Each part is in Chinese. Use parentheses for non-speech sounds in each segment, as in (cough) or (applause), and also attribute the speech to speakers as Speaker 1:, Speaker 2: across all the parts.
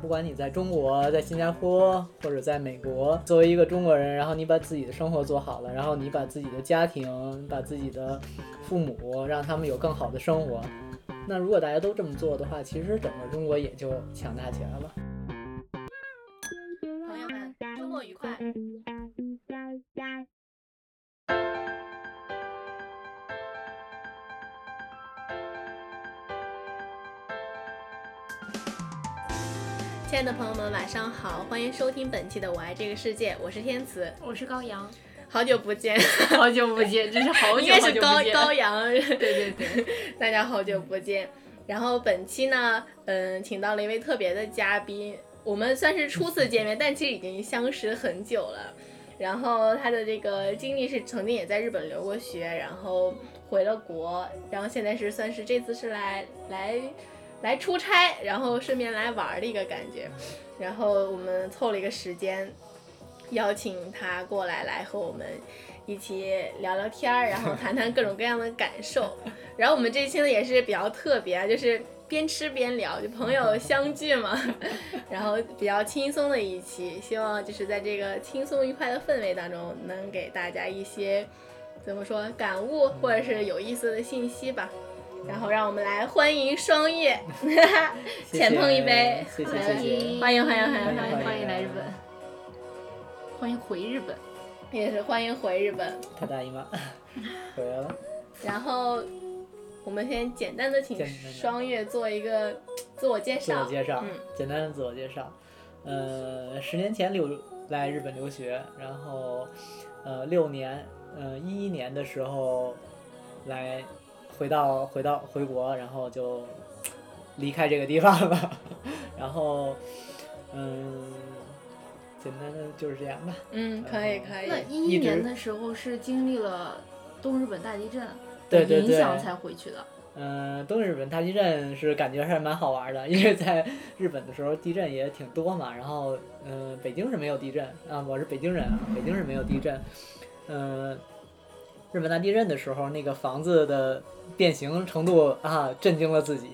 Speaker 1: 不管你在中国、在新加坡或者在美国，作为一个中国人，然后你把自己的生活做好了，然后你把自己的家庭、把自己的父母，让他们有更好的生活。那如果大家都这么做的话，其实整个中国也就强大起来了。
Speaker 2: 朋友们，周末愉快！亲爱的朋友们，晚上好，欢迎收听本期的《我爱这个世界》，我是天慈，
Speaker 3: 我是高阳，
Speaker 2: 好久不见，
Speaker 3: 好久不见，真是好
Speaker 2: 应
Speaker 3: 久
Speaker 2: 该
Speaker 3: 好
Speaker 2: 是
Speaker 3: 久
Speaker 2: 高
Speaker 3: 不见。
Speaker 2: 高阳，
Speaker 3: 对对 (laughs) 对，
Speaker 2: 大家好久不见。然后本期呢，嗯，请到了一位特别的嘉宾，我们算是初次见面，但其实已经相识很久了。然后他的这个经历是曾经也在日本留过学，然后回了国，然后现在是算是这次是来来来出差，然后顺便来玩儿的一个感觉。然后我们凑了一个时间，邀请他过来来和我们一起聊聊天儿，然后谈谈各种各样的感受。然后我们这一期呢也是比较特别啊，就是边吃边聊，就朋友相聚嘛， (laughs) 然后比较轻松的一期，希望就是在这个轻松愉快的氛围当中，能给大家一些怎么说感悟或者是有意思的信息吧。然后让我们来欢迎双叶，
Speaker 1: 谢谢
Speaker 2: 浅碰一杯
Speaker 1: 谢谢
Speaker 2: 来
Speaker 1: 谢谢。
Speaker 2: 欢迎欢迎欢迎
Speaker 3: 欢
Speaker 1: 欢迎
Speaker 3: 迎欢迎来日本，欢迎回日本。
Speaker 2: 也是欢迎回日本。
Speaker 1: 他大姨妈 (laughs) 回来了，
Speaker 2: 然后我们先简单的请
Speaker 1: 简单的
Speaker 2: 双月做一个自我
Speaker 3: 哎
Speaker 2: 介
Speaker 1: 自
Speaker 2: 绍。
Speaker 1: 我介绍，
Speaker 2: 嗯
Speaker 1: 简单的自我介绍。呃，十年前留来日本留学，然后呃六年，呃一一年的时候来回到回到回国，然后就离开这个地方了， (laughs) 然后嗯。简单的就是这样吧，
Speaker 2: 嗯，可以可以
Speaker 3: 那。哎一
Speaker 1: 一
Speaker 3: 一
Speaker 1: 直
Speaker 3: 年的时候是经历了东日本大地震
Speaker 1: 对对
Speaker 3: 影
Speaker 1: 对，
Speaker 3: 响才回去的。
Speaker 1: 嗯、东日本大地震是感觉还蛮好玩的，因为在日本的时候地震也挺多嘛。然后，嗯、北京是没有地震啊，我是北京人啊，北京是没有地震。嗯、日本大地震的时候，那个房子的变形程度啊，震惊了自己。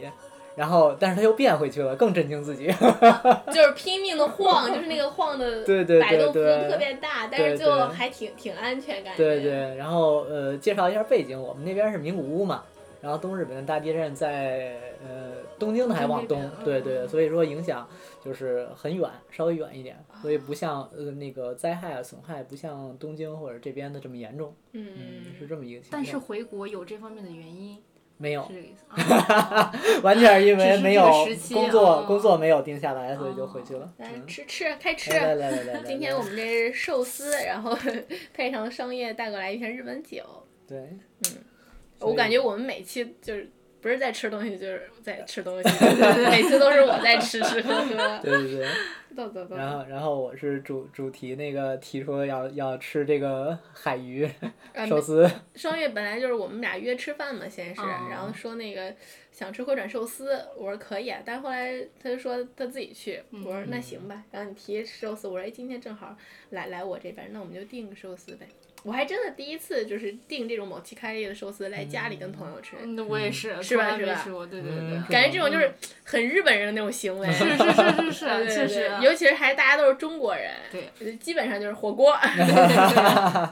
Speaker 1: 然后，但是它又变回去了，更震惊自己。 (laughs)
Speaker 2: 就是拼命的晃， (laughs) 就是那个晃的
Speaker 1: 对对
Speaker 2: 摆
Speaker 1: 对
Speaker 2: 动幅度特
Speaker 1: 对。
Speaker 2: 别大，但
Speaker 1: 对
Speaker 2: 是就
Speaker 1: 对
Speaker 2: 还挺挺安全感觉。
Speaker 1: 对对，然后呃，介绍一下背景，我们那边是名古屋嘛，然后东日本的大地震在呃东京的还往东
Speaker 3: 东，这
Speaker 1: 对
Speaker 3: 边
Speaker 1: 对，
Speaker 3: 嗯
Speaker 1: 所以说影响就是很远，稍微远一点，所以不像呃那个灾害啊损害不像东京或者这边的这么严重，嗯，是
Speaker 2: 嗯，
Speaker 1: 这么一个情况。
Speaker 3: 但是回国有这方面的原因，
Speaker 1: 没有
Speaker 3: 是，这个意思啊？
Speaker 1: 完全是因
Speaker 3: 只
Speaker 1: 为
Speaker 3: 是
Speaker 1: 没
Speaker 3: 这
Speaker 1: 有
Speaker 3: 个时期
Speaker 1: 工作，
Speaker 3: 哦
Speaker 1: 工作没有定下来，所以就回去了。
Speaker 2: 来
Speaker 1: 嗯，
Speaker 2: 吃吃开吃。
Speaker 1: 来来来来来来，
Speaker 3: (laughs)
Speaker 2: 今天我们这是寿司，然后配上商业带过来一瓶日本酒。
Speaker 1: 对，所以
Speaker 2: 我感觉我们每期就是不是在吃东西，就是在吃东西，每次都是我在吃吃喝喝。
Speaker 1: 对对对。
Speaker 2: 走走走。
Speaker 1: 然后，然后我是主主题那个提出要要吃这个海鱼
Speaker 2: 啊
Speaker 1: 寿司，
Speaker 2: 双月本来就是我们俩约吃饭嘛，先是，
Speaker 3: 哦
Speaker 2: 然后说那个想吃回转寿司，我说可以啊，但是后来他就说他自己去，
Speaker 3: 嗯
Speaker 2: 我说那行吧，然后你提寿司，我说哎今天正好来来我这边，那我们就订个寿司呗。我还真的第一次就是订这种某期开业的寿司来家里跟朋友吃，
Speaker 3: 嗯，我也是，
Speaker 2: 是吧
Speaker 3: 从来
Speaker 2: 是
Speaker 3: 没
Speaker 2: 吧
Speaker 3: 吃过，对对
Speaker 1: 嗯
Speaker 3: 对。
Speaker 2: 感觉这种就是很日本人的那种行为，
Speaker 3: (laughs) 是是是是
Speaker 2: 对
Speaker 3: 是，
Speaker 2: 对
Speaker 3: 确
Speaker 2: 对
Speaker 3: 实。啊
Speaker 2: 尤其是还大家都是中国人，呃
Speaker 3: 对，
Speaker 2: 基本上就是火
Speaker 3: (laughs)
Speaker 2: 锅，是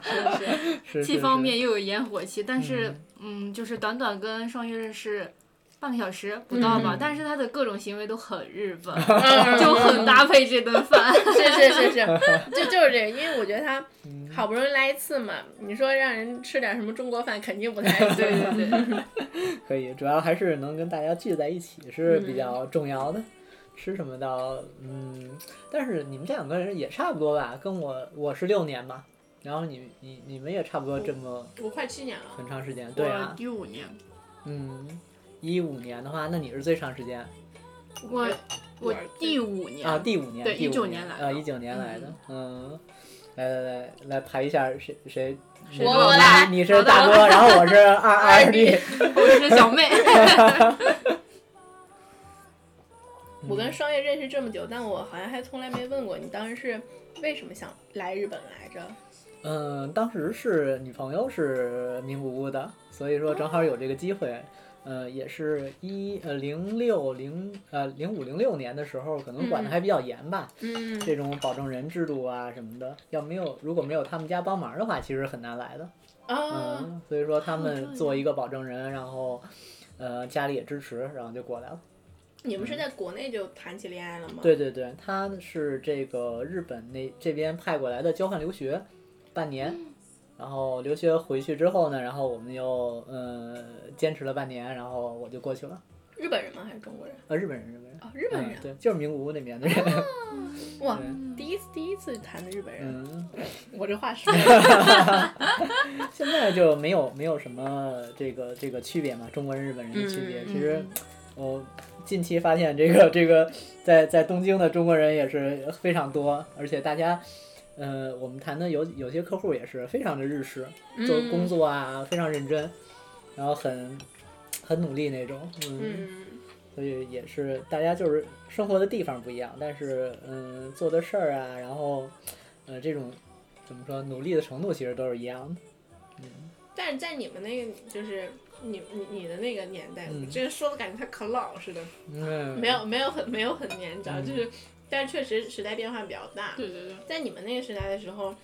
Speaker 2: 是是
Speaker 1: 是
Speaker 3: 既
Speaker 1: 是
Speaker 3: 方
Speaker 1: 是
Speaker 3: 便又有烟火气，但是嗯，就是短短跟上月认识半个小时不到吧
Speaker 1: 嗯，
Speaker 3: 但是他的各种行为都很日本，
Speaker 2: 嗯
Speaker 3: 就很搭配这
Speaker 1: (laughs)
Speaker 3: 顿饭。
Speaker 2: (laughs) 是是是是，就就是这个，因为我觉得他
Speaker 1: 嗯
Speaker 2: 好不容易来一次嘛，你说让人吃点什么中国饭，肯定
Speaker 1: (laughs)
Speaker 2: 不太行。
Speaker 3: (laughs) 对对对，
Speaker 1: 可以，主要还是能跟大家聚在一起是比
Speaker 2: 嗯
Speaker 1: 较重要的。吃什么倒嗯，但是你们这两个人也差不多吧，跟我我是六年嘛，然后你你你们也差不多这么
Speaker 2: 我快七年了，
Speaker 1: 很长时间，对啊，
Speaker 3: 一五年，
Speaker 1: 嗯，一五年的话，那你是最长时间
Speaker 3: 我我
Speaker 2: 是
Speaker 3: 第五年
Speaker 1: 啊，第五年，
Speaker 3: 对
Speaker 1: 第五
Speaker 3: 19
Speaker 1: 年
Speaker 3: 年来
Speaker 1: 啊，
Speaker 3: 的
Speaker 1: 一九年来的，嗯，来来来来排一下谁谁。你
Speaker 2: 谁我来
Speaker 1: 你是
Speaker 3: 我
Speaker 1: 大哥，然后我是二二弟，
Speaker 3: 我是小妹，
Speaker 2: 我
Speaker 1: 嗯
Speaker 2: 跟双月认识这么久，但我好像还从来没问过你当时是为什么想来日本来着？
Speaker 1: 嗯，当时是女朋友是名古屋的，所以说正好有这个机会。呃，也是一呃零六零呃零五零六年的时候，可能管的
Speaker 3: 嗯
Speaker 1: 还比较严吧，
Speaker 2: 嗯，
Speaker 1: 这种保证人制度啊什么的，要没有如果没有他们家帮忙的话，其实很难来的。
Speaker 2: 啊，
Speaker 1: 嗯，所以说他
Speaker 3: 这样
Speaker 1: 们做一个保证人，然后呃家里也支持，然后就过来了。
Speaker 2: 你们是在国内就谈起恋爱了吗？
Speaker 1: 嗯对对对，他是这个日本那这边派过来的交换留学，半年，
Speaker 2: 嗯
Speaker 1: 然后留学回去之后呢，然后我们又呃坚持了半年，然后我就过去了。
Speaker 2: 日本人吗？还是中国人？
Speaker 1: 呃，日本人，日本人，
Speaker 2: 哦，日本人
Speaker 1: 嗯，，对，就是名古屋那边的人，
Speaker 2: 哇
Speaker 1: 对，
Speaker 2: 第一次第一次谈的日本
Speaker 1: (laughs)
Speaker 2: 人，
Speaker 1: 嗯，
Speaker 2: 我这话说，
Speaker 1: 现在就没有没有什么这个这个区别嘛，中国人日本人的区别，(laughs)
Speaker 2: 嗯
Speaker 1: 其实我呃近期发现这个这 (laughs) 个在在东京的中国人也是非常多，而且大家。呃，我们谈的有有些客户也是非常的日式，做
Speaker 2: 嗯
Speaker 1: 工作啊非常认真，然后很很努力那种，嗯，
Speaker 2: 嗯，嗯，
Speaker 1: 所以也是大家就是生活的地方不一样，但是嗯做的事儿啊，然后呃这种怎么说努力的程度其实都是一样的，
Speaker 2: 但是在你们那个就是。你你你的那个年代，
Speaker 1: 嗯
Speaker 2: 我这个说的感觉他可老似的，
Speaker 1: 嗯，
Speaker 2: 没有没有很没有很年长，
Speaker 1: 嗯
Speaker 2: 就是，但是确实时代变化比较大。
Speaker 3: 嗯对对对，
Speaker 2: 在你们那个时代的时候，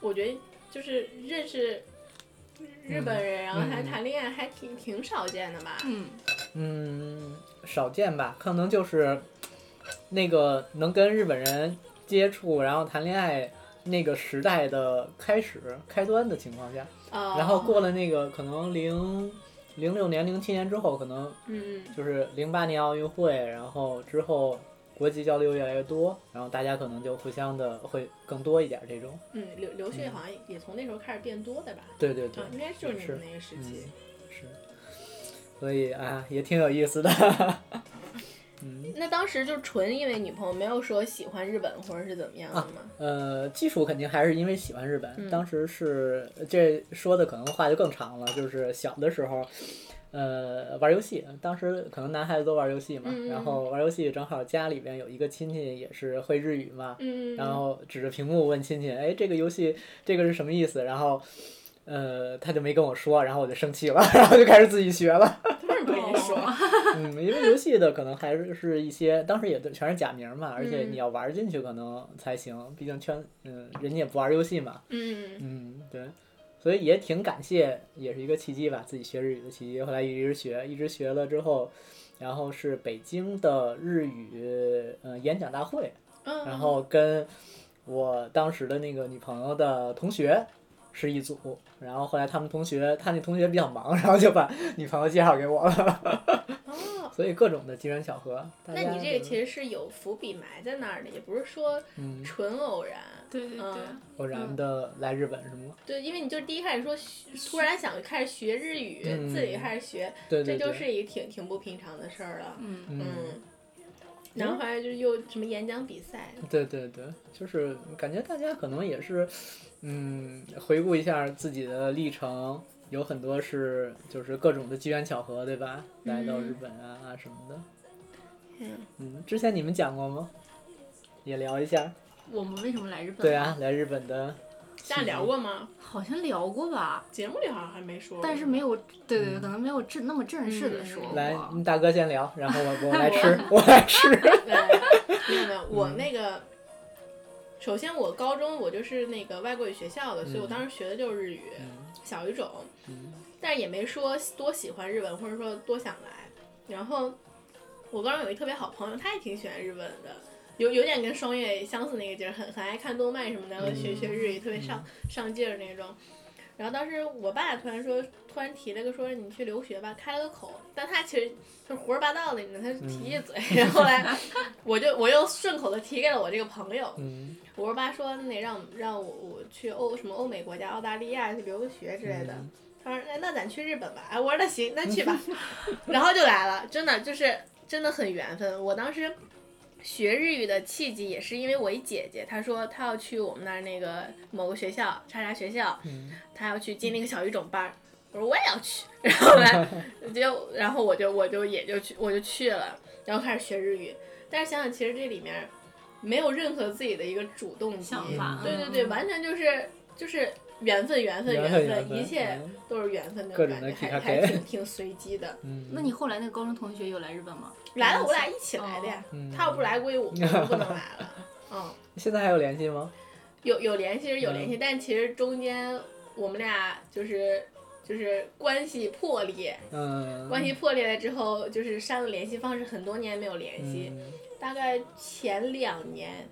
Speaker 2: 我觉得就是认识日本人，然后还
Speaker 1: 嗯
Speaker 2: 谈恋爱，还挺挺少见的吧？
Speaker 3: 嗯，
Speaker 1: 嗯少见吧，可能就是那个能跟日本人接触，然后谈恋爱。那个时代的开始开端的情况下，
Speaker 2: 哦，
Speaker 1: 然后过了那个可能零零六年、零七年之后，可能
Speaker 2: 嗯，
Speaker 1: 就是零八年奥运会，然后之后国际交流越来越多，然后大家可能就互相的会更多一点这种。
Speaker 2: 嗯嗯，留留学好像也从那时候开始变多的吧？
Speaker 1: 对对对
Speaker 2: 啊，，应该就是你
Speaker 1: 是
Speaker 2: 们那个时期。
Speaker 1: 嗯是。所以啊，也挺有意思的。 (laughs) 嗯
Speaker 2: 那当时就纯因为女朋友，没有说喜欢日本或者是怎么样的吗？
Speaker 1: 呃，基础肯定还是因为喜欢日本。
Speaker 2: 嗯
Speaker 1: 当时是这说的可能话就更长了，就是小的时候，呃，玩游戏。当时可能男孩子都玩游戏嘛，
Speaker 2: 嗯嗯嗯
Speaker 1: 然后玩游戏正好家里边有一个亲戚也是会日语嘛，
Speaker 2: 嗯，
Speaker 1: 然后指着屏幕问亲戚：“哎，这个游戏这个是什么意思？”然后，呃，他就没跟我说，然后我就生气了， (laughs) 然后就开始自己学了。
Speaker 2: 当然不跟你说，
Speaker 3: 哦
Speaker 1: (laughs) 嗯，因为游戏的可能还是是一些，当时也都全是假名嘛，而且你要玩进去可能才行，毕竟圈嗯人家也不玩游戏嘛。
Speaker 2: 嗯，
Speaker 1: 嗯，对。所以也挺感谢，也是一个契机吧，自己学日语的契机。后来一直学，一直学了之后，然后是北京的日语呃演讲大会，
Speaker 2: 嗯
Speaker 1: 然后跟我当时的那个女朋友的同学是一组，然后后来他们同学，他那同学比较忙，然后就把女朋友介绍给我了，
Speaker 2: 哦，
Speaker 1: 所以各种的机缘巧合。大
Speaker 2: 那
Speaker 1: 家
Speaker 2: 你这
Speaker 1: 就
Speaker 2: 个其实是有伏笔埋在那儿的，也不是说
Speaker 1: 嗯
Speaker 2: 纯偶然。
Speaker 3: 对对对，
Speaker 2: 嗯
Speaker 1: 偶然的来日本是吗？
Speaker 2: 对，因为你就是第一开始说学，突然想开始学日语，
Speaker 1: 嗯
Speaker 2: 自己开始学，
Speaker 1: 对对
Speaker 2: 这
Speaker 1: 对，
Speaker 2: 就是一个挺挺不平常的事儿了。
Speaker 3: 嗯，
Speaker 1: 嗯，
Speaker 2: 然后后来就又什么演讲比赛，
Speaker 1: 对对对，就是感觉大家可能也是，嗯，回顾一下自己的历程。有很多是就是各种的机缘巧合，对吧？来到
Speaker 2: 嗯
Speaker 1: 日本啊啊什么的，
Speaker 2: 嗯，
Speaker 1: 嗯，之前你们讲过吗？也聊一下。
Speaker 2: 嗯
Speaker 3: 我们为什么来日本？
Speaker 1: 对，啊，来日本的
Speaker 2: 咱俩聊过吗？
Speaker 3: 好像聊过吧，
Speaker 2: 节目里好像还没说过，
Speaker 3: 但是没有，对对，
Speaker 1: 嗯
Speaker 3: 对，可能没有正那么正式的
Speaker 2: 嗯
Speaker 3: 说
Speaker 2: 嗯
Speaker 3: 过。
Speaker 1: 来，嗯大哥先聊，然后我我来吃，我来吃。
Speaker 2: 对，没有没有，
Speaker 1: (laughs)
Speaker 2: 我
Speaker 1: 嗯
Speaker 2: 那个，首先我高中我就是那个外国语学校的，所以我
Speaker 1: 嗯
Speaker 2: 当时学的就是日语，
Speaker 1: 嗯
Speaker 2: 小语种，
Speaker 1: 嗯
Speaker 2: 但也没说多喜欢日文，或者说多想来。然后我高中有一特别好朋友，他也挺喜欢日文的，有有点跟双月相似那个劲儿，很很爱看动漫什么的，然后学
Speaker 1: 嗯
Speaker 2: 学日语特别上、上劲儿那种。然后当时我爸突然说，突然提了个说你去留学吧，开了个口，但他其实就是胡说八道的，你知道，他就提一嘴。然后后来我就我又顺口的提给了我这个朋友，
Speaker 1: 嗯
Speaker 2: 我爸说那得让让我我去欧什么欧美国家，澳大利亚去留个学之类的。
Speaker 1: 嗯
Speaker 2: 他说那那咱去日本吧，哎，我说那行，那去吧，然后就来了，真的就是真的很缘分。我当时学日语的契机也是因为我一姐姐，她说她要去我们那儿那个某个学校，叉叉学校，
Speaker 1: 嗯
Speaker 2: 她要去进那个小语种班儿，我说我也要
Speaker 1: (laughs)
Speaker 2: 去，然后来就然后我就我就也就去我就去了，然后开始学日语，但是想想其实这里面没有任何自己的一个主动机
Speaker 3: 想法
Speaker 2: 对对对，
Speaker 3: 嗯
Speaker 2: 完全就是就是缘分，缘分，
Speaker 1: 缘分缘
Speaker 2: 分，
Speaker 1: 分，
Speaker 2: 一切
Speaker 1: 嗯
Speaker 2: 都是缘分的
Speaker 1: 各
Speaker 2: 感
Speaker 1: 种的
Speaker 2: 觉，还
Speaker 1: KKK
Speaker 2: 还挺挺随机的。
Speaker 1: 嗯，
Speaker 3: 那你后来那个高中同学有来日本吗？
Speaker 2: 来了，我俩一起来的呀。
Speaker 1: 嗯
Speaker 2: 他要不来，估计我我不能来了。嗯，
Speaker 1: 现在还有联系吗？
Speaker 2: 有有联系是有
Speaker 1: 嗯
Speaker 2: 联系，但其实中间我们俩就是就是关系破裂，
Speaker 1: 嗯，
Speaker 2: 关系破裂了之后，就是删了联系方式，很多年没有联系。
Speaker 1: 嗯
Speaker 2: 大概前两年，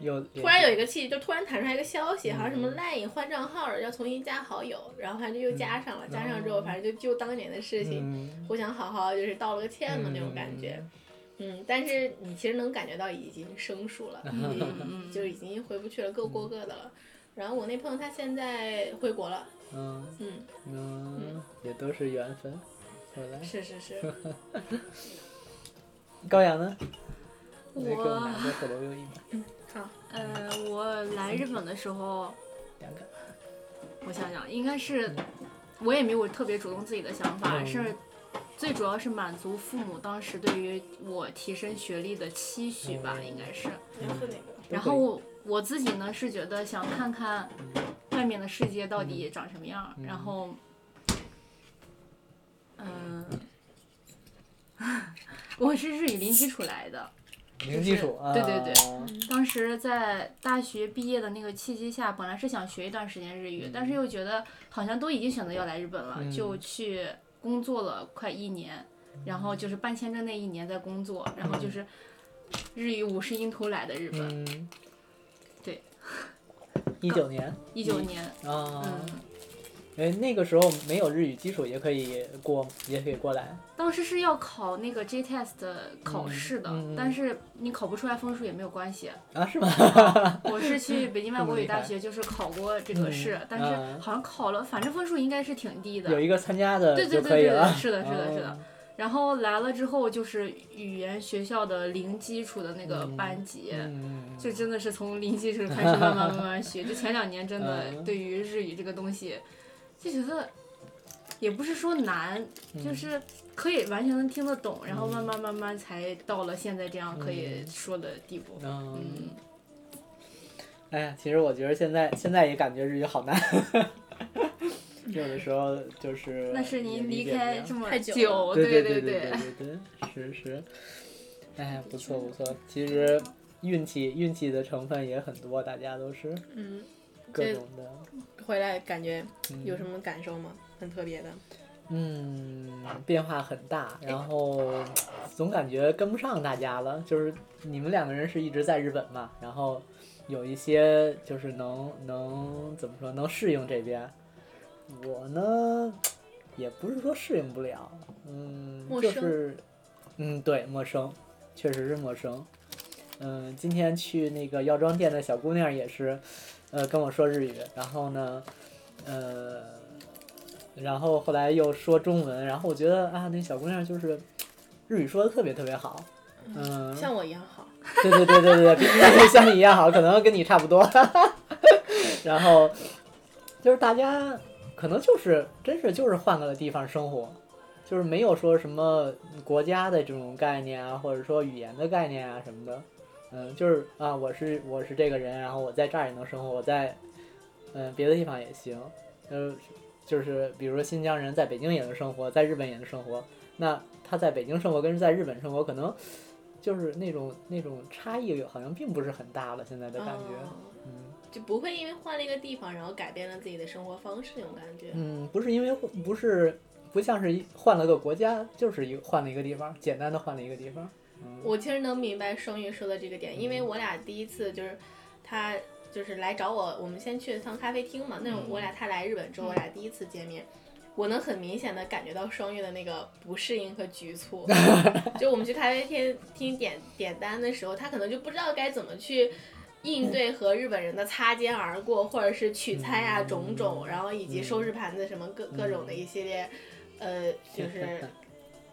Speaker 1: 有
Speaker 2: 突然有一
Speaker 1: 个
Speaker 2: 个契机，就突然弹出来一个消息，
Speaker 1: 嗯
Speaker 2: 好像什么 LINE 换账号了，要重新加好友，然后反正就又加上了，
Speaker 1: 嗯
Speaker 2: 加上之后，反正就就当年的事情，
Speaker 1: 嗯
Speaker 2: 互相好好就是道了个歉嘛、那种感觉。，嗯，但是你其实能感觉到已经生疏了，
Speaker 3: 嗯嗯嗯，
Speaker 2: 就已经回不去了，各过各的了。然后我那朋友他现在回国了，
Speaker 1: 嗯
Speaker 2: 嗯，
Speaker 1: 嗯
Speaker 2: 嗯
Speaker 1: 嗯，也都是缘分。后来
Speaker 2: 是是
Speaker 1: (laughs)
Speaker 2: 是，
Speaker 1: 高阳呢？
Speaker 3: 我
Speaker 1: 来给我拿个火龙柚一枚，
Speaker 2: 好，
Speaker 3: 呃，我来日本的时候，
Speaker 1: 两个。
Speaker 3: 我想想，应该是我也没有特别主动自己的想法，
Speaker 1: 嗯
Speaker 3: 是最主要是满足父母当时对于我提升学历的期许吧，
Speaker 1: 嗯
Speaker 3: 应该是。
Speaker 2: 然后那个，
Speaker 1: 都
Speaker 3: 然
Speaker 1: 可以
Speaker 3: 后我我自己呢是觉得想看看外面的世界到底长什么样，
Speaker 1: 嗯
Speaker 3: 然后，嗯、
Speaker 1: 嗯
Speaker 3: (laughs) 我是日语零基础来的，
Speaker 1: 零基础啊，
Speaker 3: 对对对
Speaker 1: 对，
Speaker 2: 嗯
Speaker 3: 当时在大学毕业的那个契机下，本来是想学一段时间日语，但是又觉得好像都已经选择要来日本了，
Speaker 1: 嗯
Speaker 3: 就去工作了快一年，然后就是办签证那一年在工作，然后就是日语五十音图来的日本，
Speaker 1: 嗯，
Speaker 3: 对，
Speaker 1: (laughs) 一九年
Speaker 3: 一九、年，
Speaker 1: 啊，
Speaker 3: 嗯，
Speaker 1: 哎，那个时候没有日语基础也可以过，也可以过来，
Speaker 3: 当时是要考那个 J test 的考试的，
Speaker 1: 嗯嗯
Speaker 3: 但是你考不出来分数也没有关系。
Speaker 1: 啊，是吗？
Speaker 3: 我是去北京外国语
Speaker 1: (laughs)
Speaker 3: 大
Speaker 1: 这
Speaker 3: 学，就是考过这个试，
Speaker 1: 嗯
Speaker 3: 但是好像考了，反正分数应该是挺低的。
Speaker 1: 有一个参加的
Speaker 3: 对对
Speaker 1: 呃就
Speaker 3: 对
Speaker 1: 可以
Speaker 3: 对
Speaker 1: 了
Speaker 3: 对，，是的，是的，是的
Speaker 1: 哦。，
Speaker 3: 然后来了之后，就是语言学校的零基础的那个班级，
Speaker 1: 嗯，
Speaker 3: 就真的是从零基础开始慢慢慢慢学。就前两年真的
Speaker 1: 嗯
Speaker 3: 对于日语这个东西，就觉得也不是说难，
Speaker 1: 嗯
Speaker 3: 就是可以完全能听得懂，然后
Speaker 1: 嗯
Speaker 3: 慢慢慢慢才到了现在这样可以说的地步。
Speaker 1: 嗯，
Speaker 3: 嗯，
Speaker 1: 哎呀，其实我觉得现在现在也感觉日语好难， (laughs) 有的时候就是
Speaker 3: (laughs) 那是
Speaker 1: 也
Speaker 3: 您
Speaker 1: 理
Speaker 3: 离
Speaker 1: 解不
Speaker 3: 开
Speaker 1: 了
Speaker 3: 这么
Speaker 2: 太久
Speaker 3: 久，
Speaker 2: 了
Speaker 1: 对
Speaker 3: 对
Speaker 1: 对对对对，是是。哎，不错不错，其
Speaker 3: 嗯
Speaker 1: 实运气运气的成分也很多，大家都是
Speaker 2: 嗯，
Speaker 1: 各
Speaker 2: 这
Speaker 1: 种的。
Speaker 2: 回来感觉
Speaker 1: 嗯
Speaker 2: 有什么感受吗？很特别的，
Speaker 1: 嗯，变化很大，
Speaker 2: 哎
Speaker 1: 然后总感觉跟不上大家了。就是你们两个人是一直在日本嘛，然后有一些就是能能怎么说能适应这边，我呢也不是说适应不了，嗯，
Speaker 2: 陌
Speaker 1: 就
Speaker 2: 生
Speaker 1: 是嗯对陌生，确实是陌生。嗯，今天去那个药妆店的小姑娘也是，呃，跟我说日语，然后呢，呃，然后后来又说中文，然后我觉得啊，那小姑娘就是日语说的特别特别好，嗯，
Speaker 2: 像我一样好，
Speaker 1: 对对对对对，比比像你一样好，可能跟你差不多。然后就是大家可能就是真是就是换个地方生活，就是没有说什么国家的这种概念啊，或者说语言的概念啊什么的。嗯，就是啊，我是我是这个人，然后我在这儿也能生活，我在嗯别的地方也行。呃，就是比如说新疆人在北京也能生活，在日本也能生活。那他在北京生活跟在日本生活可能就是那种那种差异好像并不是很大了，现在的感觉，
Speaker 2: 哦
Speaker 1: 嗯
Speaker 2: 就不会因为换了一个地方，然后改变了自己的生活方式那种感觉。
Speaker 1: 嗯，不是因为不是不像是一换了个国家，就是一换了一个地方，简单的换了一个地方，嗯
Speaker 2: 我其实能明白双鱼说的这个点，因为我俩第一次就是他就是来找我，我们先去了趟咖啡厅嘛，那种
Speaker 1: 嗯
Speaker 2: 我俩他来日本之后，我俩第一次见面。我能很明显的感觉到双月的那个不适应和局促，
Speaker 1: (laughs)
Speaker 2: 就我们去咖啡厅厅点点单的时候，他可能就不知道该怎么去应对和日本人的擦肩而过，或者是取餐呀、
Speaker 1: 嗯
Speaker 2: 种种，然后以及
Speaker 1: 嗯
Speaker 2: 收拾盘子什么各、各种的一系列，呃，就是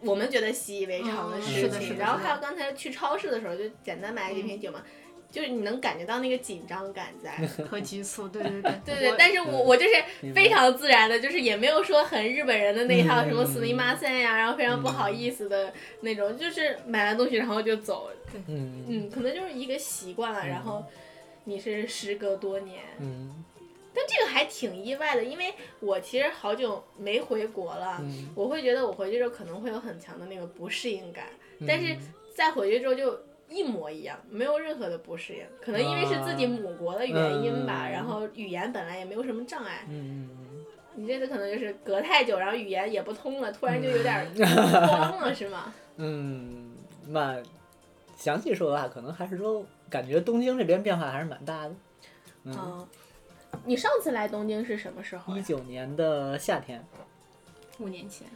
Speaker 2: 我们觉得习以为常的
Speaker 3: 嗯
Speaker 2: 事
Speaker 1: 是
Speaker 2: 情。
Speaker 1: 的是的
Speaker 2: 然后
Speaker 3: 是的
Speaker 2: 还有刚才去超市的时候，就简单买了几瓶酒嘛，就是你能感觉到那个紧张感在。
Speaker 3: 和急促，对对对
Speaker 2: 对 (laughs) 对，但是我我就是
Speaker 1: 明白
Speaker 2: 非常自然的，就是也没有说很日本人的那一套
Speaker 1: 嗯
Speaker 2: 什么 s n i m a s e n 呀，然后非常不好意思的那种，就是买完东西然后就走，
Speaker 1: 嗯
Speaker 2: 嗯，可能就是一个习惯了。
Speaker 1: 嗯
Speaker 2: 然后你是时隔多年，
Speaker 1: 嗯
Speaker 2: 但这个还挺意外的，因为我其实好久没回国了，
Speaker 1: 嗯，
Speaker 2: 我会觉得我回去之后可能会有很强的那个不适应感，
Speaker 1: 嗯
Speaker 2: 但是再回去之后就一模一样，没有任何的不适应。可能因为是自己母国的原因吧，
Speaker 1: 啊嗯
Speaker 2: 然后语言本来也没有什么障碍。
Speaker 1: 嗯嗯
Speaker 2: 你这次可能就是隔太久，然后语言也不通了，突然就有点儿慌了，是吗？
Speaker 1: 嗯，嗯那详细说的话，可能还是说感觉东京这边变化还是蛮大的。 (laughs) 嗯，
Speaker 2: 嗯。你上次来东京是什么时候啊
Speaker 1: 一
Speaker 2: 呀？
Speaker 1: 九年的夏天，
Speaker 3: 五年前，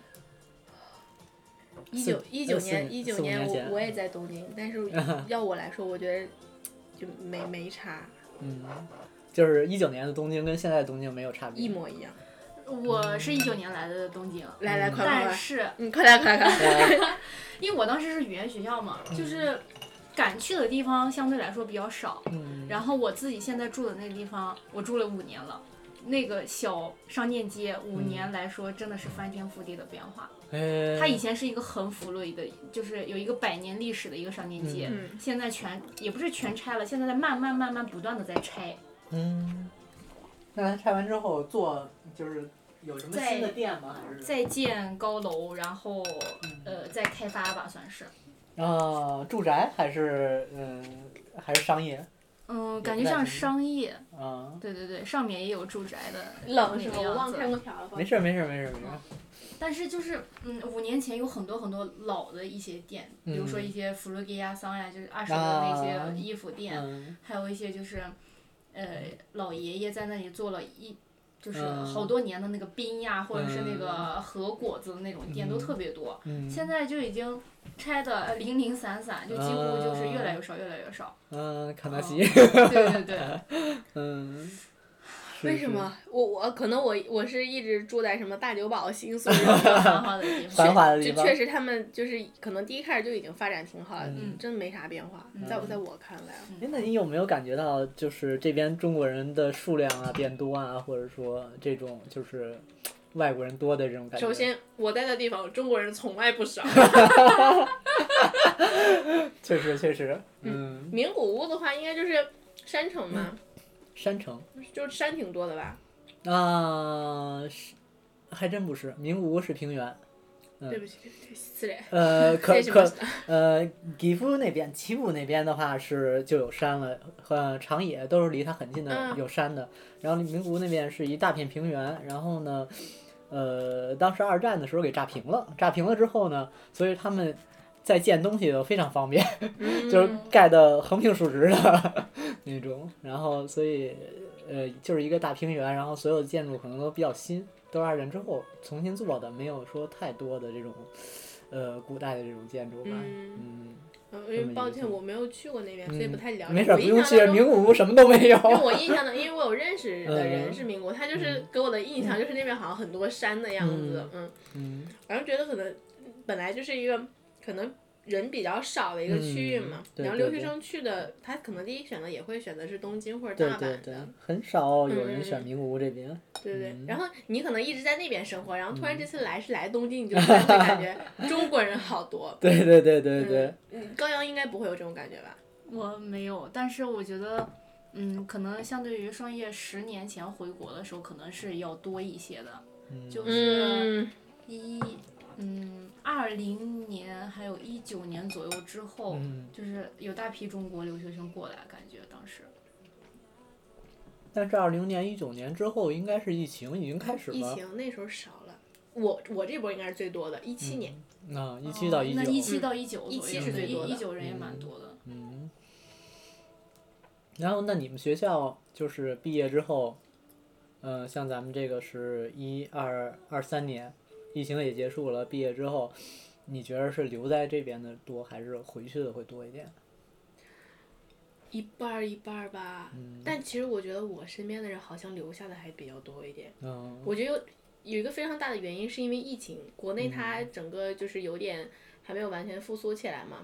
Speaker 2: 一九一九
Speaker 1: 四
Speaker 2: 年，一九
Speaker 1: 四五年前
Speaker 2: 我我也在东京，
Speaker 1: (laughs)
Speaker 2: 但是要我来说，我觉得就没没差，
Speaker 1: 嗯，就是一九年的东京跟现在的东京没有差别。
Speaker 2: 一模一样。
Speaker 3: 我是一九年来的东京，
Speaker 2: 来来，
Speaker 1: 嗯
Speaker 2: 快快
Speaker 3: 但
Speaker 2: 快！
Speaker 3: 是
Speaker 2: 嗯，快来快来快来！
Speaker 1: 呃
Speaker 3: 因为我当时是语言学校嘛，就是敢去的地方相对来说比较少。
Speaker 2: (laughs)
Speaker 1: 嗯，
Speaker 3: 然后我自己现在住的那个地方，我住了五年了。那个小商店街，五
Speaker 1: 嗯
Speaker 3: 年来说真的是翻天覆地的变化。
Speaker 1: 哎
Speaker 3: 它以前是一个很腐朽的，就是有一个百年历史的一个商店街，
Speaker 2: 嗯，
Speaker 3: 现在全也不是全拆了，现在在慢慢慢慢不断的在拆。
Speaker 1: 嗯，那它拆完之后做就是有什么
Speaker 3: 在
Speaker 1: 新的店吗？还是
Speaker 3: 在建高楼，然后
Speaker 1: 嗯
Speaker 3: 呃再开发吧，算是。
Speaker 1: 啊住宅还是嗯还是商业
Speaker 3: 嗯，感觉像是商业，
Speaker 1: 啊？
Speaker 3: 对对对，上面也有住宅的，
Speaker 2: 冷是吗？
Speaker 3: 那个样
Speaker 2: 我
Speaker 3: 子
Speaker 2: 忘开空调了。
Speaker 1: 没事儿没事儿没事儿没事儿
Speaker 3: 嗯，但是就是嗯，五年前有很多很多老的一些店，比如说
Speaker 1: 嗯
Speaker 3: 一些弗洛吉亚桑呀，就是二手的那
Speaker 1: 啊
Speaker 3: 些衣服店，
Speaker 1: 嗯
Speaker 3: 还有一些就是呃老爷爷在那里做了一。就是
Speaker 1: 嗯
Speaker 3: 好多年的那个冰呀，或者是那个
Speaker 1: 嗯
Speaker 3: 和果子的那种店都
Speaker 1: 嗯
Speaker 3: 特别多，
Speaker 1: 嗯，
Speaker 3: 现在就已经拆的零零散散，就几乎就是越来越少，越来越少。 (laughs)
Speaker 1: 嗯肯德
Speaker 2: 哦
Speaker 1: 基
Speaker 3: 对对对，
Speaker 1: 嗯，是
Speaker 2: 为什？
Speaker 1: 是
Speaker 2: 么？我我可能我我是一直住在什么大久保、新宿这种
Speaker 3: 繁华的地方。
Speaker 1: 繁华的地
Speaker 2: 就
Speaker 1: 方
Speaker 2: 确实他们就是可能第一开始就已经发展挺好了，
Speaker 1: 嗯
Speaker 2: 真没啥变化。
Speaker 3: 嗯
Speaker 2: 在我在我看来，
Speaker 1: 哎，那你有没有感觉到，就是这边中国人的数量啊变多啊，或者说这种就是外国人多的这种感觉？
Speaker 2: 首，先我待的地方中国人从来不少。
Speaker 1: 确实确实，嗯，
Speaker 2: 名古屋的话，应该就是山城嘛，
Speaker 1: 山城
Speaker 2: 就是山挺多的吧？
Speaker 1: 啊，是，还真不是，名古屋是平
Speaker 2: (laughs)
Speaker 1: 原，嗯
Speaker 2: 对不起， (laughs) 对不起，失礼。
Speaker 1: 呃，可
Speaker 2: 为什么
Speaker 1: 可呃，岐阜那边、岐阜那边的话是就有山了，呃，长野都是离它很近的、
Speaker 2: 嗯
Speaker 1: 有山的。然后名古屋那边是一大片平原，然后呢，呃，当时二战的时候给炸平了，炸平了之后呢，所以他们在建东西都非常方便，
Speaker 2: 嗯
Speaker 1: 就是盖的横平竖直的 (laughs) 那种。然后所以呃，就是一个大平原，然后所有的建筑可能都比较新，都是二战之后重新做的，没有说太多的这种呃古代的这种建筑吧。
Speaker 2: 嗯，
Speaker 1: 嗯，
Speaker 2: 嗯因为抱歉，我没有去过那边，所以不太了解。
Speaker 1: 没事儿，
Speaker 2: 我
Speaker 1: 不
Speaker 2: 印
Speaker 1: 用
Speaker 2: 象
Speaker 1: 去
Speaker 2: 当中
Speaker 1: 名古屋，什么都没
Speaker 2: (laughs)
Speaker 1: 有。
Speaker 2: 因为我印象的，因为我有认识的人
Speaker 1: 嗯
Speaker 2: 是民国，他就是给我的印象就是那边好像很多山的样子，嗯，
Speaker 1: 嗯
Speaker 2: 然后觉得可能本来就是一个可能人比较少的一个区域嘛
Speaker 1: 嗯，对
Speaker 2: 然后留
Speaker 1: 对
Speaker 2: 学
Speaker 1: 对
Speaker 2: 生去的，他可能第一选择也会选择是东京或者
Speaker 1: 对
Speaker 2: 大阪
Speaker 1: 对
Speaker 2: 的，
Speaker 1: 对，很少有
Speaker 2: 嗯嗯
Speaker 1: 人
Speaker 2: 嗯
Speaker 1: 选名古屋这边。
Speaker 2: 对对
Speaker 1: 嗯
Speaker 2: 然后你可能一直在那边生活，然后突然这次来是来东京，你就突然会
Speaker 1: (laughs)
Speaker 2: 感觉中国人好多。
Speaker 1: 对对对对对，
Speaker 2: 嗯，高阳应该不会有这种感觉吧？
Speaker 3: 我没有，但是我觉得，嗯，可能相对于创业十年前回国的时候，可能是要多一些的。
Speaker 1: 嗯
Speaker 3: 就
Speaker 2: 嗯
Speaker 3: 一，嗯，二零年还有一九年左右之
Speaker 2: 哦
Speaker 3: 后，
Speaker 1: 嗯，
Speaker 3: 就是有大批中国留学生过来，感觉当时
Speaker 1: 但是二零年、一九年之后，应该是疫情已经开始
Speaker 2: 疫
Speaker 1: 了。
Speaker 2: 情那时候少了，我我这波应该是最多的，一七年。
Speaker 1: 啊，一七到
Speaker 3: 哦
Speaker 1: 一
Speaker 3: 那一
Speaker 1: 九，
Speaker 3: 七到一九左右，
Speaker 2: 17是
Speaker 3: 对
Speaker 2: 最多的
Speaker 3: 一九人也蛮多的。
Speaker 1: 嗯。然后，那你们学校就是毕业之后，嗯、像咱们这个是一二二三年，疫情也结束了，毕业之后，你觉得是留在这边的多，还是回去的会多一点？
Speaker 2: 一半儿一半儿吧。
Speaker 1: 嗯
Speaker 2: 但其实我觉得我身边的人好像留下的还比较多一点。
Speaker 1: 嗯
Speaker 2: 我觉得有有一个非常大的原因是因为疫情，国内它
Speaker 1: 嗯
Speaker 2: 整个就是有点还没有完全复苏起来嘛，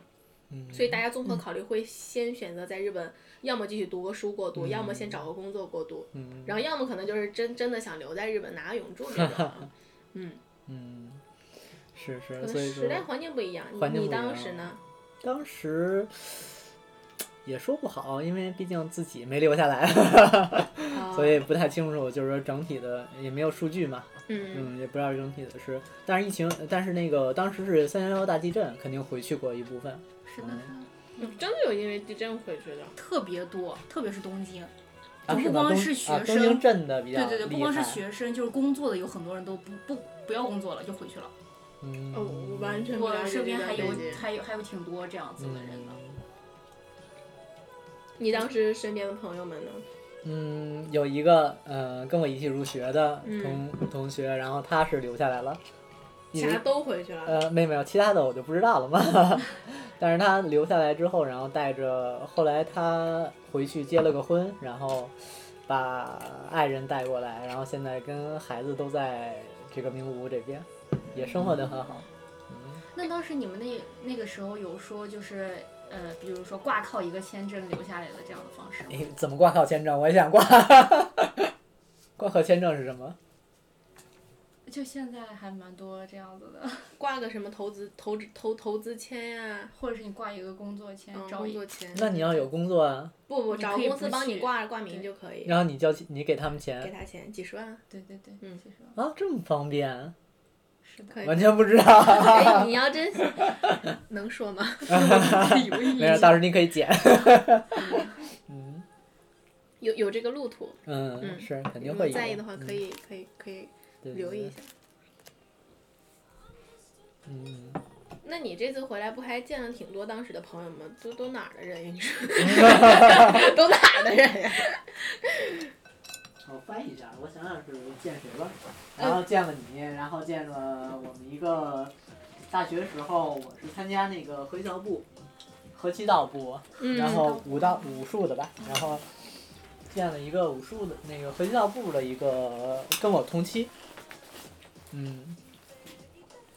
Speaker 1: 嗯，
Speaker 2: 所以大家综合考虑会先选择在日本，要么继续读个书过
Speaker 1: 嗯
Speaker 2: 渡，要么先找个工作过渡，
Speaker 1: 嗯
Speaker 2: 然后要么可能就是真真的想留在日本拿个永住这
Speaker 1: (laughs)
Speaker 2: 种啊。嗯，
Speaker 1: 嗯，是
Speaker 2: 可
Speaker 1: 是，
Speaker 2: 能
Speaker 1: 所以
Speaker 2: 时
Speaker 1: 说
Speaker 2: 代环境不一样，
Speaker 1: 环
Speaker 2: 你
Speaker 1: 境
Speaker 2: 你
Speaker 1: 不一样
Speaker 2: 当时呢？
Speaker 1: 当时也说不好，因为毕竟自己没留下来，啊
Speaker 2: 啊
Speaker 1: 所以不太清楚，就是说整体的也没有数据嘛，
Speaker 2: 嗯
Speaker 1: 嗯，也不知道整体的是。但是疫情，但是那个当时是三幺幺大地震，肯定回去过一部分。
Speaker 3: 是的，是的
Speaker 2: 嗯，真的有因为地震回去的。
Speaker 3: 特别多，特别是东京。
Speaker 1: 啊，
Speaker 3: 不
Speaker 1: 是吗
Speaker 3: 光
Speaker 1: 东
Speaker 3: 是
Speaker 1: 啊
Speaker 3: 学
Speaker 1: 东
Speaker 3: 生
Speaker 1: 京震的比较
Speaker 3: 对对对，不光是
Speaker 1: 厉害，
Speaker 3: 学生，就是工作的，有很多人都不不不要工作了，就回去了。
Speaker 1: 嗯，
Speaker 2: 哦，我完全不了
Speaker 3: 我
Speaker 2: 解
Speaker 3: 身边
Speaker 2: 这
Speaker 3: 还
Speaker 2: 段
Speaker 3: 有
Speaker 2: 背景
Speaker 3: 还有还有挺多这样子的人的。
Speaker 2: 你当时身边的朋友们呢？
Speaker 1: 嗯，有一个呃跟我一起入学的
Speaker 2: 嗯
Speaker 1: 同、同学，然后他是留下来了，一
Speaker 2: 啥
Speaker 1: 直
Speaker 2: 都回去了。
Speaker 1: 呃没有没有，其他的我就不知道了嘛。 (laughs) 但是他留下来之后，然后带着后来他回去结了个婚，然后把爱人带过来，然后现在跟孩子都在这个名古屋这边，也生活的很好。
Speaker 3: 那当时你们那那个时候有说就是呃，比如说挂靠一个签证留下来的这样的方式吗？
Speaker 1: 诶，怎么挂靠签证？我也想挂。 (laughs) 挂靠签证是什么？
Speaker 3: 就现在还蛮多这样子的， (laughs)
Speaker 2: 挂个什么投资投资投投资签呀、
Speaker 3: 或者是你挂一个工作签，
Speaker 2: 嗯，
Speaker 3: 找
Speaker 2: 工
Speaker 3: 一
Speaker 2: 作
Speaker 3: 个
Speaker 2: 签。
Speaker 1: 那你要有工作啊，
Speaker 2: 不不
Speaker 3: 你
Speaker 2: 找
Speaker 3: 可以
Speaker 2: 公司
Speaker 3: 不
Speaker 2: 帮你
Speaker 3: 续
Speaker 2: 挂挂名
Speaker 3: 对
Speaker 2: 就可以，
Speaker 1: 然后你交你给他们
Speaker 2: 给
Speaker 1: 钱
Speaker 2: 他钱几十
Speaker 1: (laughs)
Speaker 2: 万，
Speaker 3: 对对对，
Speaker 2: 嗯
Speaker 3: 其实
Speaker 1: 啊，这么方便，
Speaker 3: 是的，
Speaker 2: 可以。
Speaker 1: 完全不知道。
Speaker 2: 哎，你要真能说
Speaker 1: (laughs)
Speaker 2: 吗？
Speaker 3: 有意
Speaker 1: 没事，到时候你可以剪。
Speaker 2: 有有这个路途，
Speaker 1: (laughs) 嗯，
Speaker 2: 嗯
Speaker 1: 是肯
Speaker 2: 如
Speaker 1: 定
Speaker 2: 果
Speaker 1: 会有。
Speaker 2: 在意的话，可
Speaker 1: 嗯
Speaker 2: 以可以可以
Speaker 1: 对
Speaker 2: 留意一。
Speaker 1: 对
Speaker 2: 下。
Speaker 1: 对嗯，
Speaker 2: 那你这次回来不还见了挺多当时的朋友吗？都都哪儿的人呀？你说
Speaker 1: (laughs)
Speaker 2: 都哪儿的人呀？
Speaker 1: 我翻译一下，我想想是见谁了，
Speaker 2: 嗯
Speaker 1: 然后见了你，然后见了我们一个大学时候，我是参加那个合校部、合气道部，然
Speaker 2: 嗯，
Speaker 1: 后武道武术的吧，然后见了一个武术的那个合气道部的一个跟我同期，嗯，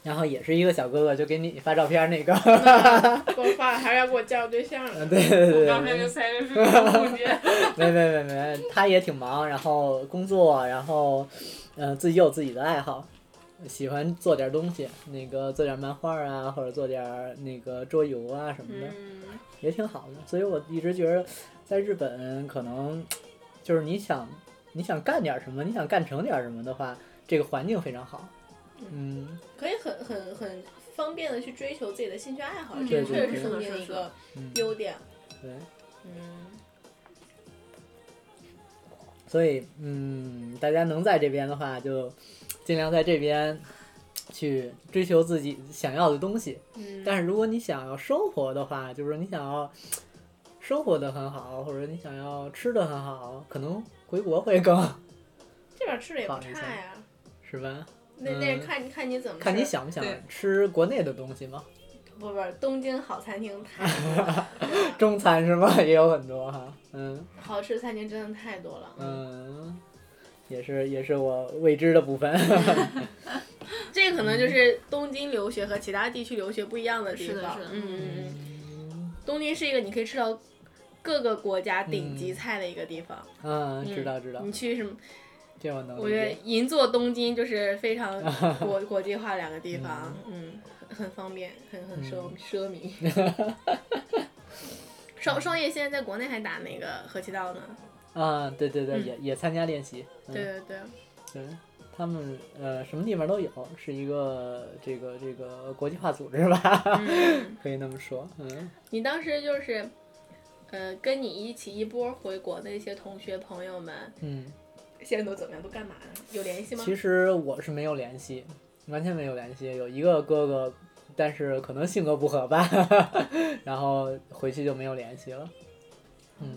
Speaker 1: 然后也是一个小哥哥，就给你发照片那个，
Speaker 2: 我发还要给我介绍对象
Speaker 1: 嗯，对对对
Speaker 3: 刚才
Speaker 1: 对
Speaker 3: 就，猜的是中 (laughs) 介，
Speaker 1: (laughs) 没没没没，他也挺忙，然后工作，然后嗯、呃自己有自己的爱好，喜欢做点东西，那个做点漫画啊，或者做点那个桌游啊什么的，
Speaker 2: 嗯，
Speaker 1: 也挺好的。所以我一直觉得，在日本可能就是你想你想干点什么，你想干成点什么的话，这个环境非常好。嗯，
Speaker 2: 可以很很很方便的去追求自己的兴趣爱好，
Speaker 3: 嗯
Speaker 2: 这个
Speaker 1: 对
Speaker 2: 确
Speaker 1: 对
Speaker 2: 实是
Speaker 3: 对
Speaker 2: 横店的一个
Speaker 1: 嗯
Speaker 2: 优点。
Speaker 1: 对，
Speaker 2: 嗯，
Speaker 1: 所以嗯，大家能在这边的话，就尽量在这边去追求自己想要的东西。
Speaker 2: 嗯
Speaker 1: 但是如果你想要生活的话，就是你想要生活的很好，或者你想要吃的很好，可能回国会更 (laughs) 好
Speaker 2: 这边吃的也不
Speaker 1: 放一下
Speaker 2: 差呀，
Speaker 1: 是吧？
Speaker 2: 那
Speaker 1: 嗯
Speaker 2: 那是看看你怎么
Speaker 1: 看你
Speaker 2: 吃
Speaker 1: 想不想
Speaker 3: 对
Speaker 1: 吃国内的东西嘛， (laughs)
Speaker 2: 不不，东京好餐厅太多了，对吧
Speaker 1: 中餐是吗？也有很多哈，嗯
Speaker 2: 好吃餐厅真的太多了。
Speaker 1: 嗯，也是也是我未知的部分， (laughs)
Speaker 2: 这可能就是东京留学和其他地区留学不一样的地
Speaker 3: 是的
Speaker 2: 方。
Speaker 3: 是的
Speaker 2: 嗯嗯嗯，东京是一个你可以吃到各个国家顶级菜的一个地方。
Speaker 1: 嗯，知道知道，
Speaker 2: 你去什么？
Speaker 1: 这我能
Speaker 2: 我
Speaker 1: 理
Speaker 2: 觉
Speaker 1: 解
Speaker 2: 得银座、东京就是非
Speaker 1: (laughs)
Speaker 2: 常国国际化两个地方，嗯，很很方便，很很奢
Speaker 1: 嗯
Speaker 2: 奢靡。
Speaker 1: (laughs)
Speaker 2: 双双叶现在在国内还打那个合气道呢，
Speaker 1: 啊，对对对，
Speaker 2: 嗯
Speaker 1: 也也参加练习，嗯
Speaker 2: 对对对，
Speaker 1: 对，他们呃什么地方都有，是一个这个这个国际化组织吧，
Speaker 2: 嗯，
Speaker 1: 可以那么说，嗯
Speaker 2: 你当时就是，呃，跟你一起一波回国的一些同学朋友们，
Speaker 1: 嗯。
Speaker 2: 现在都怎么样？都干嘛呢？有联系吗？
Speaker 1: 其实我是没有联系，完全没有联系。有一个哥哥，但是可能性格不合吧， (laughs) 然后回去就没有联系了。嗯，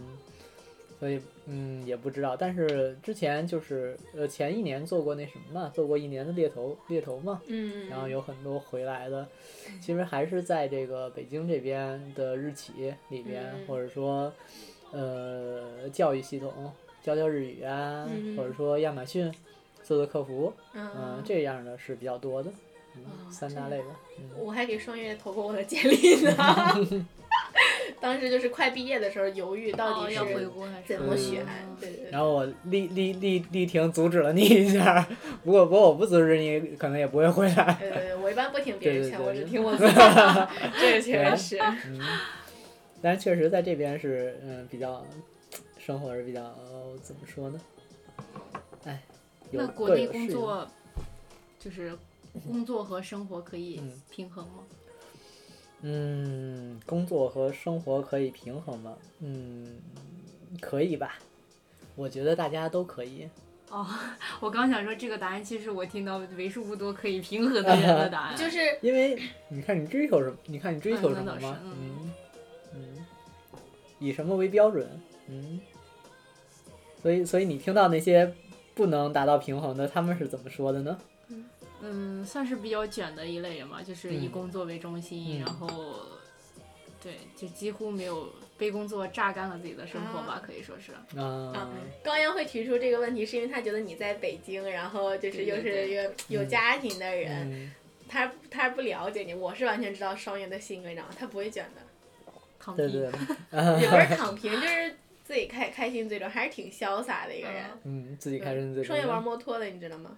Speaker 1: 所以嗯也不知道。但是之前就是呃前一年做过那什么嘛，做过一年的猎头猎头嘛，
Speaker 2: 嗯，
Speaker 1: 然后有很多回来的，其实还是在这个北京这边的日企里边，
Speaker 2: 嗯
Speaker 1: 或者说呃教育系统教教日语啊，
Speaker 2: 嗯
Speaker 1: 或者说亚马逊做做客服，嗯、
Speaker 2: 嗯，
Speaker 1: 这样的是比较多的，嗯，
Speaker 3: 哦
Speaker 1: 三大类吧，嗯，
Speaker 2: 我还给双月投过我的简历
Speaker 1: (laughs)
Speaker 2: 呢。当时就是快毕业的时候犹豫到底
Speaker 3: 哦要回
Speaker 2: 是
Speaker 3: 国还是
Speaker 2: 怎么选
Speaker 1: 嗯，
Speaker 2: 对对对
Speaker 1: 然。后我力力力力挺阻止了你一下， (laughs) 不过不过我不阻止你，可能也不会回来，
Speaker 2: 对对对，我一般不听别人
Speaker 1: 对对
Speaker 2: 劝，
Speaker 1: 对
Speaker 2: 我只
Speaker 1: 对
Speaker 2: 听我自己。这个确实，
Speaker 1: 嗯，但是确实在这边是嗯比较生活是比较、呃怎么说呢？哎，有
Speaker 3: 那国
Speaker 1: 各
Speaker 3: 内
Speaker 1: 有
Speaker 3: 工
Speaker 1: 适应
Speaker 3: 作就是工作和生活可以
Speaker 1: 嗯
Speaker 3: 平衡吗？ (laughs)
Speaker 1: 嗯，工作和生活可以平衡吗？嗯，可以吧？我觉得大家都可以。
Speaker 3: 我刚想说这个答案，其实我听到为数不多可以平衡的人的答
Speaker 1: (laughs)
Speaker 3: 案，
Speaker 2: 就是
Speaker 1: 因为你看你追求什么，你看你追求
Speaker 3: 嗯
Speaker 1: 什
Speaker 3: 那
Speaker 1: 么
Speaker 3: 倒是
Speaker 1: 吗？
Speaker 3: 嗯
Speaker 1: 嗯嗯，以什么为标准？嗯，所以所以你听到那些不能达到平衡的，他们是怎么说的呢？
Speaker 3: 嗯，算是比较卷的一类人嘛，就是以
Speaker 1: 嗯
Speaker 3: 工作为中心，
Speaker 1: 嗯
Speaker 3: 然后对，就几乎没有被工作榨干了自己的生活吧，可以说是。
Speaker 1: 啊
Speaker 2: 啊，高阳会提出这个问题，是因为他觉得你在北京，然后就是又是一个有家庭的人，
Speaker 1: 嗯，
Speaker 2: 他他不了解你，我是完全知道双元的性格，你知道吗？他不会卷的，
Speaker 3: 抗
Speaker 1: 对
Speaker 3: 议
Speaker 1: 对，
Speaker 2: 也不是躺平，就是自己开开心最重要，还是挺潇洒的一个人。
Speaker 1: 嗯，自己开心最
Speaker 2: 双
Speaker 1: 重
Speaker 2: 元玩
Speaker 1: 要。
Speaker 2: 摩托的，你知道吗？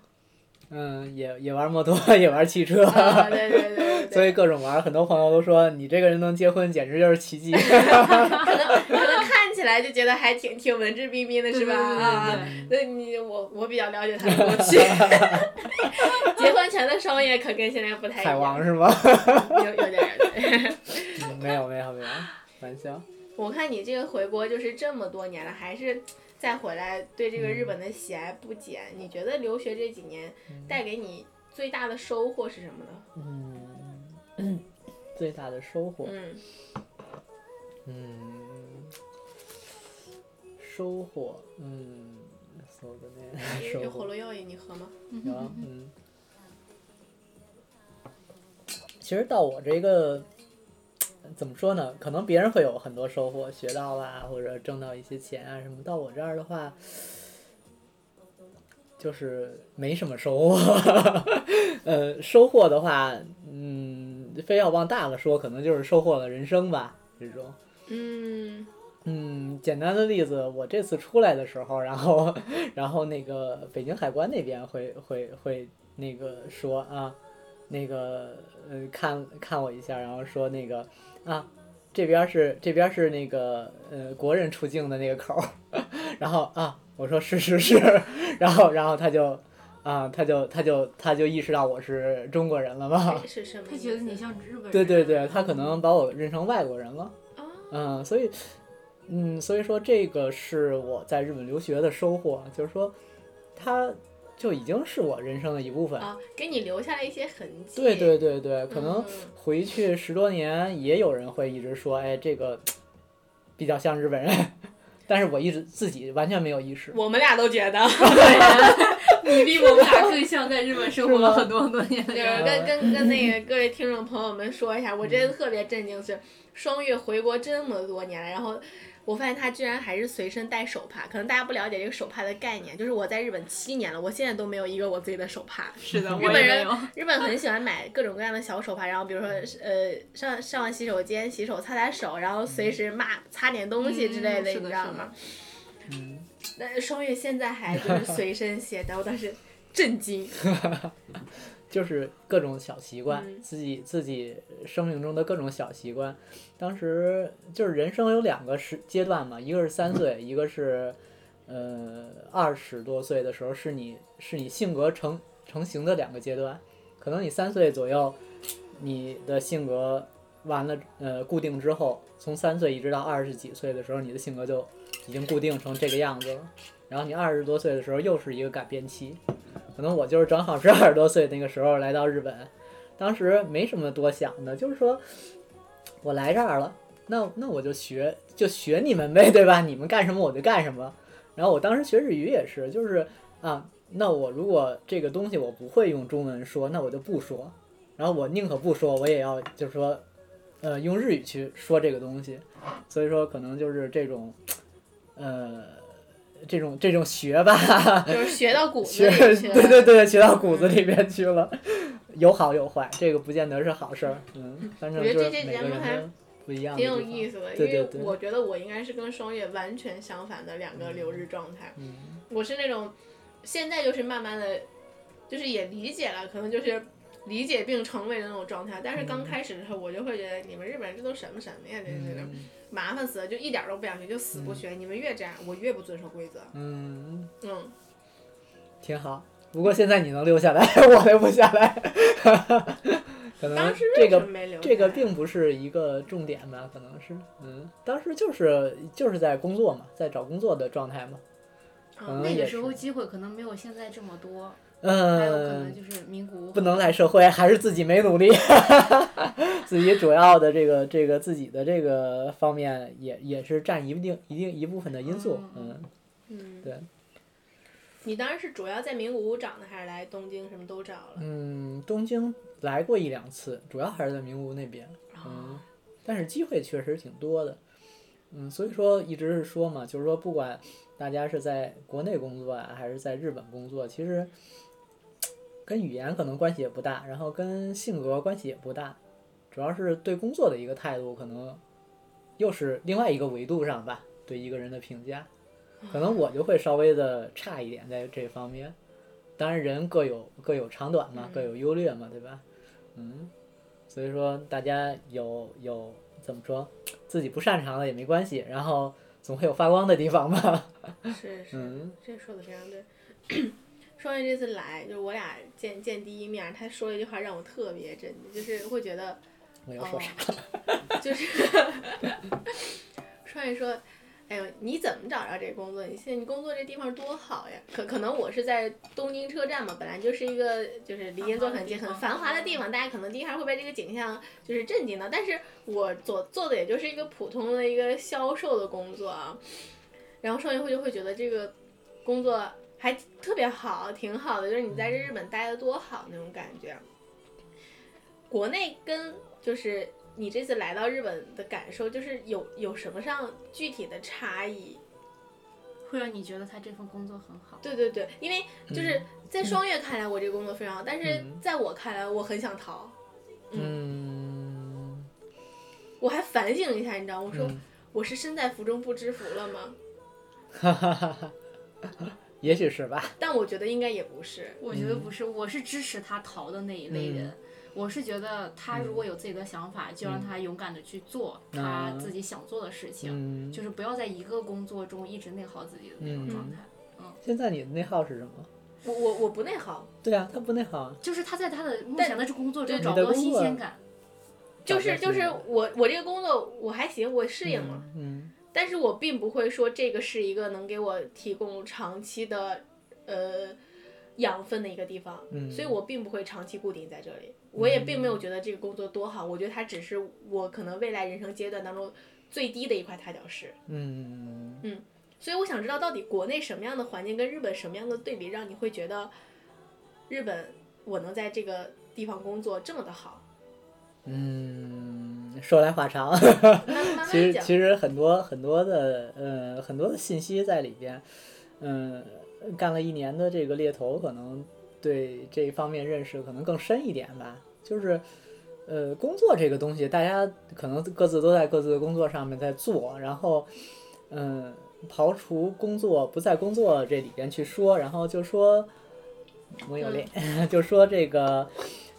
Speaker 1: 嗯，也也玩摩托， (laughs) 也玩汽车， (laughs)
Speaker 2: 啊，对对对对对。
Speaker 1: 所以各种玩。很多朋友都说你这个人能结婚，简直就是奇迹。
Speaker 2: 可能可能看起来就觉得还挺挺文质彬彬的，是吧？
Speaker 3: 对对对对
Speaker 2: 啊， (laughs) 对你我我比较了解他的过
Speaker 1: (laughs)
Speaker 2: 去。 (laughs) 结婚前的双叶可跟现在不太
Speaker 1: (laughs)
Speaker 2: 一
Speaker 1: 海王
Speaker 2: 样，
Speaker 1: 是吗？
Speaker 2: 有有点儿。对 (laughs)
Speaker 1: 嗯没有没有没有，玩笑。
Speaker 2: 我看你这个回国就是这么多年了，还是再回来，对这个日本的喜爱不减。你觉得留学这几年带给你最大的收获是什么呢？
Speaker 1: 嗯，最大的收获，
Speaker 2: 嗯
Speaker 1: 嗯，收获，嗯，そうだね、
Speaker 2: 有
Speaker 1: 收
Speaker 2: 有火
Speaker 1: 获，
Speaker 2: 龙药你喝吗？
Speaker 1: 有啊，嗯。其实到我这个，怎么说呢？可能别人会有很多收获，学到啦，或者挣到一些钱啊什么。到我这儿的话，就是没什么收获。 (laughs) 呃，收获的话，嗯，非要往大了说，可能就是收获了人生吧，这种。
Speaker 2: 嗯
Speaker 1: 嗯，简单的例子，我这次出来的时候，然后，然后那个北京海关那边会会会那个说啊，那个呃看看我一下，然后说那个啊，这边是这边是那个呃国人出境的那个口儿， (laughs) 然后啊我说是是 (laughs) 是，然后然后他就啊他就他就他就意识到我是中国人了 (laughs) 嘛，
Speaker 2: 嗯是是什么意
Speaker 3: 他
Speaker 2: 思？
Speaker 3: 觉得你像日本人。啊
Speaker 1: 对对对，他可
Speaker 3: (laughs)
Speaker 1: 能把我认成外国人了。
Speaker 2: 啊，
Speaker 1: 嗯，所以，嗯，所以说这个是我在日本留学的收获，就是说，它就已经是我人生的一部分。
Speaker 2: 啊，给你留下了一些痕迹。
Speaker 1: 对对对对，可能
Speaker 2: 嗯
Speaker 1: 回去十多年，也有人会一直说，哎，这个比较像日本人， (laughs) 但是我一直自己完全没有意识。
Speaker 2: 我们俩都觉得，
Speaker 3: 啊你比我们俩更像在日本生活了很多很多年
Speaker 2: (laughs)
Speaker 3: 的
Speaker 2: 就
Speaker 3: 人。
Speaker 2: 是跟跟跟那个各位听众朋友们说一下，我
Speaker 3: 嗯
Speaker 2: 真的特别震惊，是双月回国这么多年了，然后我发现他居然还是随身带手帕，可能大家不了解这个手帕的概念，就是我在日本七年了，我现在都没有一个我自己的手帕。
Speaker 3: 是的，我
Speaker 2: 日
Speaker 3: 也
Speaker 2: 本
Speaker 3: 没
Speaker 2: 人
Speaker 3: 有。
Speaker 2: 日本很喜欢买各种各样的小手帕，然后比如说呃上上完洗手间洗手擦擦手，然后随时抹擦点东西之类
Speaker 3: 嗯是的
Speaker 2: 你知道吗？
Speaker 1: 嗯，
Speaker 2: 那双月现在还就是随身携带，我当时震
Speaker 3: (laughs)
Speaker 2: 惊。
Speaker 1: 就是各种小习惯，
Speaker 2: 嗯
Speaker 1: 自己自己生命中的各种小习惯。当时就是人生有两个时阶段嘛，一个是三岁，一个是呃二十多岁的时候，是你是你性格成成型的两个阶段。可能你三岁左右，你的性格完了呃固定之后，从三岁一直到二十几岁的时候，你的性格就已经固定成这个样子了。然后你二十多岁的时候又是一个改变期，可能我就是正好是二十多岁那个时候来到日本，当时没什么多想的，就是说我来这儿了，那那我就学就学你们呗，对吧？你们干什么我就干什么。然后我当时学日语也是，就是啊，那我如果这个东西我不会用中文说，那我就不说，然后我宁可不说，我也要就是说，呃，用日语去说这个东西。所以说，可能就是这种，呃，这种这种学吧，
Speaker 2: 就是学到骨子
Speaker 1: 学
Speaker 2: 里去了。
Speaker 1: 对对对，学到骨子
Speaker 2: 嗯
Speaker 1: 里边去了，有好有坏，这个不见得是好事儿。嗯，反正
Speaker 2: 我觉
Speaker 1: 就
Speaker 2: 得
Speaker 1: 是
Speaker 2: 这期
Speaker 1: 每
Speaker 2: 节
Speaker 1: 个
Speaker 2: 目还
Speaker 1: 人都不一样的
Speaker 2: 挺
Speaker 1: 地
Speaker 2: 有
Speaker 1: 方，
Speaker 2: 意思的，
Speaker 1: 对对
Speaker 2: 因
Speaker 1: 对
Speaker 2: 为我觉得我应该是跟双月完全相反的两个留日状态。
Speaker 1: 嗯
Speaker 2: 我是那种现在就是慢慢的，就是也理解了，可能就是理解并成为的那种状态。但是
Speaker 1: 嗯
Speaker 2: 刚开始的时候，我就会觉得你们日本人这都什么什么呀，这这这
Speaker 1: 嗯
Speaker 2: 麻烦死了，就一点儿都不想学，就死不学。你们越这样，我越不遵守规则。
Speaker 1: 嗯，
Speaker 2: 嗯，
Speaker 1: 挺好。不过现在你能留下来， (laughs) 我留不下来。可能
Speaker 2: 当时
Speaker 1: 呃这
Speaker 2: 为什
Speaker 1: 个
Speaker 2: 么没留下来？
Speaker 1: 这个并不是一个重点吧，可能是嗯，当时就是就是在工作嘛，在找工作的状态嘛。
Speaker 2: 嗯
Speaker 1: 嗯
Speaker 3: 那
Speaker 1: 也
Speaker 3: 个时候
Speaker 1: 是
Speaker 3: 机会可能没有现在这么多，还有可
Speaker 1: 嗯
Speaker 3: 能，就是名古屋
Speaker 1: 不能赖社会，还是自己没努力， (laughs) 自己主要的这个这个自己的这个方面也也是占一定一定一部分的因素，嗯
Speaker 3: 嗯，
Speaker 2: 嗯，
Speaker 1: 对。
Speaker 2: 你当时是主要在名古屋找呢，还是来东京什么都找了？
Speaker 1: 嗯，东京来过一两次，主要还是在名古屋那边。嗯，但是机会确实挺多的。嗯，所以说一直是说嘛，就是说不管大家是在国内工作啊，还是在日本工作，其实跟语言可能关系也不大，然后跟性格关系也不大，主要是对工作的一个态度，可能又是另外一个维度上吧，对一个人的评价，可能我就会稍微的差一点在这方面。当然，人各有各有长短
Speaker 2: 嗯
Speaker 1: 嘛，各有优劣嘛，对吧？嗯，所以说大家有有怎么说，自己不擅长的也没关系，然后总会有发光的地方嘛。 (laughs)
Speaker 2: (laughs) 是是，
Speaker 1: 嗯
Speaker 2: 这说的非常对。说完这次来，就是我俩见见第一面，他说了一句话让我特别震惊，就是会觉得，
Speaker 1: 我又
Speaker 2: 哦
Speaker 1: 说啥？，
Speaker 2: 就是双鱼说，哎呦，你怎么找着这工作？你现在你工作这地方多好呀！可可能我是在东京车站嘛，本来就是一个就是离银座很近、很繁华的地方，大家可能第一还会被这个景象就是震惊到。但是我做做的也就是一个普通的一个销售的工作啊，然后双鱼会就会觉得这个工作还特别好，挺好的，就是你在这日本待的多好那种感觉。国内跟就是你这次来到日本的感受，就是有有什么上具体的差异？
Speaker 3: 会让你觉得他这份工作很好。
Speaker 2: 对对对，因为就是在双月看来我这个工作非常好，但是
Speaker 1: 嗯
Speaker 2: 在我看来我很想逃，
Speaker 1: 嗯，
Speaker 2: 我还反省一下，你知道，我说
Speaker 1: 嗯
Speaker 2: 我是身在福中不知福了吗？
Speaker 1: 也许是吧。
Speaker 2: 但我觉得应该也不是，
Speaker 3: 我觉得
Speaker 1: 嗯
Speaker 3: 不是，我是支持他逃的那一类人。我是觉得他如果有自己的想法，就让他勇敢的去做他
Speaker 1: 嗯啊
Speaker 3: 自己想做的事情，
Speaker 1: 嗯，
Speaker 3: 就是不要在一个工作中一直内耗自己的那种状态。
Speaker 1: 现在你的内耗是什么？
Speaker 2: 我我我不内耗，
Speaker 1: 对啊，他不内耗啊。
Speaker 3: 就是他在他的目前的这工作中
Speaker 1: 对
Speaker 3: 找
Speaker 1: 你的
Speaker 3: 不到
Speaker 1: 工
Speaker 3: 新
Speaker 1: 作
Speaker 3: 鲜感，
Speaker 2: 就是
Speaker 1: 找不到
Speaker 2: 就
Speaker 1: 新
Speaker 2: 是
Speaker 1: 的
Speaker 2: 我我这个工作我还行，我适应了，
Speaker 1: 嗯
Speaker 2: 但是我并不会说这个是一个能给我提供长期的呃养分的一个地方，
Speaker 1: 嗯
Speaker 2: 所以我并不会长期固定在这里。我也并没有觉得这个工作多好，我觉得它只是我可能未来人生阶段当中最低的一块踏脚石。
Speaker 1: 嗯
Speaker 2: 所以我想知道，到底国内什么样的环境跟日本什么样的对比，让你会觉得日本我能在这个地方工作这么的好？
Speaker 1: 嗯，说来话长。
Speaker 2: 慢慢
Speaker 1: 其
Speaker 2: 慢
Speaker 1: 实
Speaker 2: 讲，
Speaker 1: 其实很多很多的呃很多的信息在里边，嗯、干了一年的这个猎头，可能对这一方面认识可能更深一点吧。就是呃，工作这个东西，大家可能各自都在各自的工作上面在做，然后嗯、刨除工作不在工作这里边去说，然后就说我
Speaker 2: 嗯
Speaker 1: 有练， (laughs) 就说这个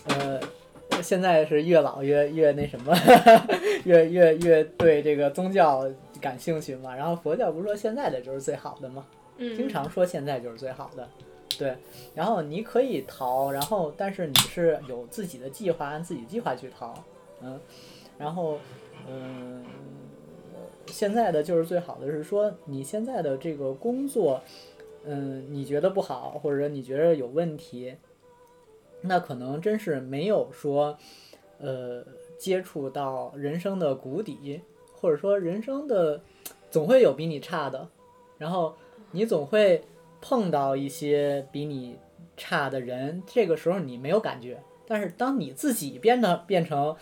Speaker 1: 呃。现在是越老越越那什么， (laughs) 越越越对这个宗教感兴趣嘛。然后佛教不是说现在的就是最好的吗？
Speaker 2: 嗯，
Speaker 1: 经常说现在就是最好的，对。然后你可以逃，然后但是你是有自己的计划，按自己计划去逃，嗯。然后，嗯、现在的就是最好的是说你现在的这个工作，嗯、你觉得不好，或者你觉得有问题，那可能真是没有说，呃，接触到人生的谷底，或者说人生的总会有比你差的，然后你总会碰到一些比你差的人，这个时候你没有感觉，但是当你自己变得变成，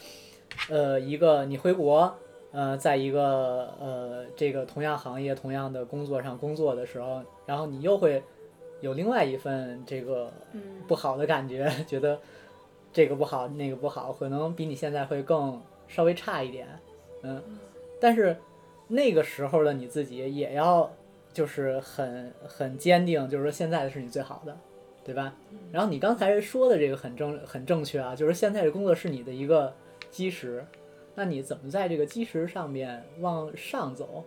Speaker 1: 呃，一个你回国，呃，在一个呃这个同样行业、同样的工作上工作的时候，然后你又会有另外一份这个
Speaker 2: 嗯
Speaker 1: 不好的感觉，觉得这个不好那个不好，可能比你现在会更稍微差一点，嗯，但是那个时候的你自己也要就是很很坚定，就是说现在的是你最好的，对吧？然后你刚才说的这个很正很正确啊，就是现在的工作是你的一个基石，那你怎么在这个基石上面往上走？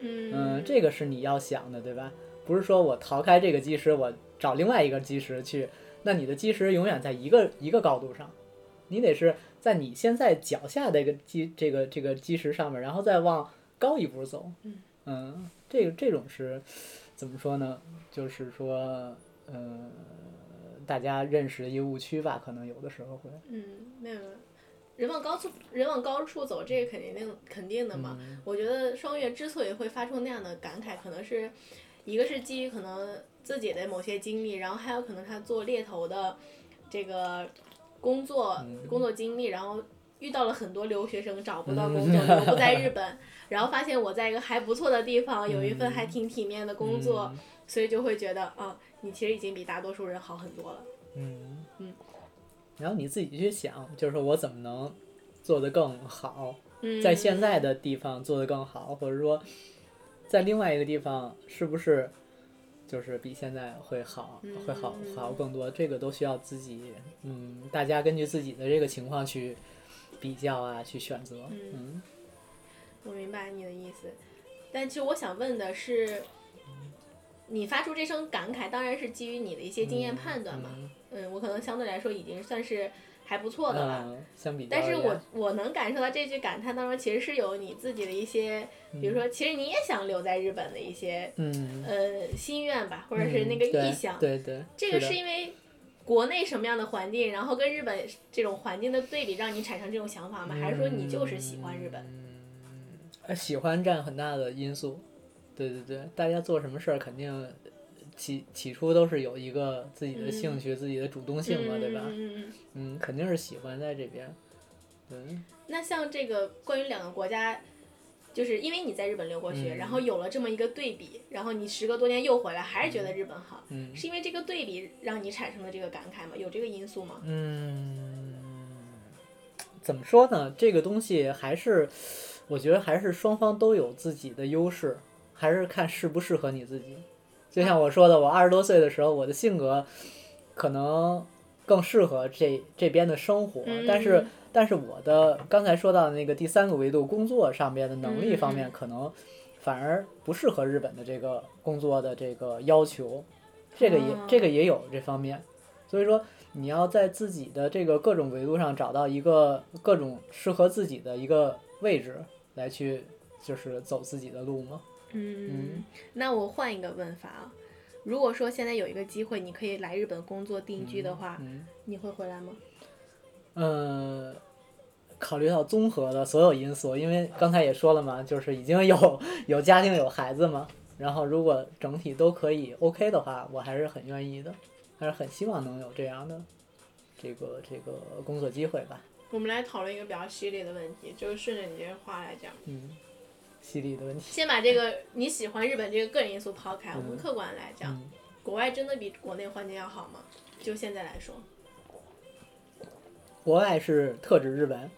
Speaker 1: 嗯，
Speaker 2: 嗯，
Speaker 1: 这个是你要想的，对吧？不是说我逃开这个基石，我找另外一个基石去，那你的基石永远在一个一个高度上，你得是在你现在脚下的一个基这个这个基石上面，然后再往高一步走
Speaker 2: 嗯。
Speaker 1: 嗯，这个这种是怎么说呢？就是说，呃，大家认识的一个误区吧，可能有的时候会。
Speaker 2: 嗯，没有没有，人往高处人往高处走，这是肯定肯定的嘛。
Speaker 1: 嗯
Speaker 2: 我觉得双月之所以会发出那样的感慨，可能是一个是基于可能自己的某些经历，然后还有可能他做猎头的这个工作、
Speaker 1: 嗯
Speaker 2: 工作经历，然后遇到了很多留学生找不
Speaker 1: 嗯
Speaker 2: 到工作，留不
Speaker 1: (laughs)
Speaker 2: 在日本，然后发现我在一个还不错的地方有一
Speaker 1: 嗯
Speaker 2: 份还挺体面的工作，所以就会觉得啊，你其实已经比大多数人好很多了。
Speaker 1: 嗯，
Speaker 2: 嗯
Speaker 1: 然后你自己去想，就是说我怎么能做得更好，
Speaker 2: 嗯，
Speaker 1: 在现在的地方做得更好，或者说在另外一个地方是不是就是比现在会好，会好
Speaker 2: 嗯
Speaker 1: 好更多，这个都需要自己，嗯，大家根据自己的这个情况去比较啊，去选择，嗯
Speaker 2: 我明白你的意思，但其实我想问的是，你发出这声感慨，当然是基于你的一些经验判断嘛。
Speaker 1: 嗯
Speaker 2: 嗯我可能相对来说已经算是还不错的了。
Speaker 1: 嗯，相比较而
Speaker 2: 但
Speaker 1: 言，
Speaker 2: 是我我能感受到这句感叹当中，其实是有你自己的一些，比如说，其实你也想留在日本的一些
Speaker 1: 嗯，
Speaker 2: 呃心愿吧，或者是那个
Speaker 1: 嗯对
Speaker 2: 意向。
Speaker 1: 对对，
Speaker 2: 这个
Speaker 1: 的
Speaker 2: 是因为国内什么样的环境，然后跟日本这种环境的对比，让你产生这种想法吗？还是说你就是喜欢日本？
Speaker 1: 嗯呃，喜欢占很大的因素。对对对，大家做什么事儿肯定起起初都是有一个自己的兴趣、自己的主动性嘛，对吧
Speaker 2: 嗯？嗯嗯嗯
Speaker 1: 嗯，肯定是喜欢在这边。嗯
Speaker 2: 那像这个关于两个国家，就是因为你在日本留过学，
Speaker 1: 嗯
Speaker 2: 然后有了这么一个对比，然后你时隔多年又回来，还是觉得日本好，
Speaker 1: 嗯
Speaker 2: 是因为这个对比让你产生的这个感慨吗？有这个因素吗？
Speaker 1: 嗯，怎么说呢？这个东西还是，我觉得还是双方都有自己的优势，还是看适不适合你自己。就像我说的，我二十多岁的时候，我的性格可能更适合这这边的生活，
Speaker 2: 嗯
Speaker 1: 但是但是我的刚才说到的那个第三个维度，工作上面的能力方
Speaker 2: 嗯
Speaker 1: 面，可能反而不适合日本的这个工作的这个要求，这个也
Speaker 2: 哦
Speaker 1: 这个也有这方面，所以说你要在自己的这个各种维度上找到一个各种适合自己的一个位置来去就是走自己的路嘛，嗯，
Speaker 2: 那我换一个问法啊，如果说现在有一个机会，你可以来日本工作定居的话，
Speaker 1: 嗯。
Speaker 2: 你会回来吗？
Speaker 1: 嗯，考虑到综合的所有因素，因为刚才也说了嘛，就是已经有有家庭有孩子嘛，然后如果整体都可以 OK 的话，我还是很愿意的，还是很希望能有这样的这个这个工作机会吧。
Speaker 2: 我们来讨论一个比较犀利的问题，就是顺着你这话来讲，
Speaker 1: 嗯，犀利的问题。
Speaker 2: 先把这个你喜欢日本这个个人因素抛开，我们
Speaker 1: 嗯
Speaker 2: 客观来讲，
Speaker 1: 嗯，
Speaker 2: 国外真的比国内环境要好吗？就现在来说，
Speaker 1: 国外是特指日本，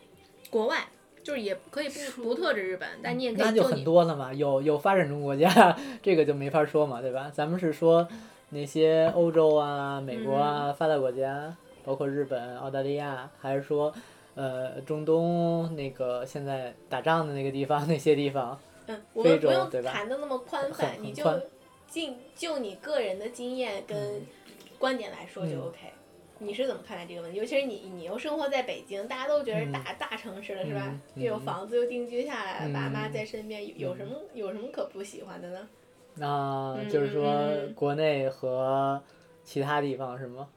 Speaker 2: 国外就是也可以不不特指日本，但你也可
Speaker 1: 那
Speaker 2: 以
Speaker 1: 就
Speaker 2: 哎就
Speaker 1: 很
Speaker 2: 你
Speaker 1: 多了嘛。有有发展中国家， (laughs) 这个就没法说嘛，对吧？咱们是说那些欧洲啊、美国啊、
Speaker 2: 嗯
Speaker 1: 发达国家，包括日本、澳大利亚，还是说呃中东那个现在打仗的那个地方 (laughs) 那些地方？
Speaker 2: 嗯，我们
Speaker 1: 非洲
Speaker 2: 不用
Speaker 1: 对吧
Speaker 2: 谈的那么宽
Speaker 1: 很
Speaker 2: 泛，
Speaker 1: 很
Speaker 2: 你就
Speaker 1: 宽
Speaker 2: 尽就你个人的经验跟观点来说就
Speaker 1: 嗯
Speaker 2: OK。你是怎么看待这个问题？尤其是你，你又生活在北京，大家都觉得
Speaker 1: 嗯
Speaker 2: 大、大城市了，是吧
Speaker 1: 嗯？嗯
Speaker 2: 又有房子，又定居下来了，
Speaker 1: 嗯
Speaker 2: 爸妈在身边，有有什么有什么可不喜欢的呢？
Speaker 1: 那
Speaker 2: 嗯
Speaker 1: 就是说
Speaker 2: 嗯嗯
Speaker 1: 国内和其他地方是吗？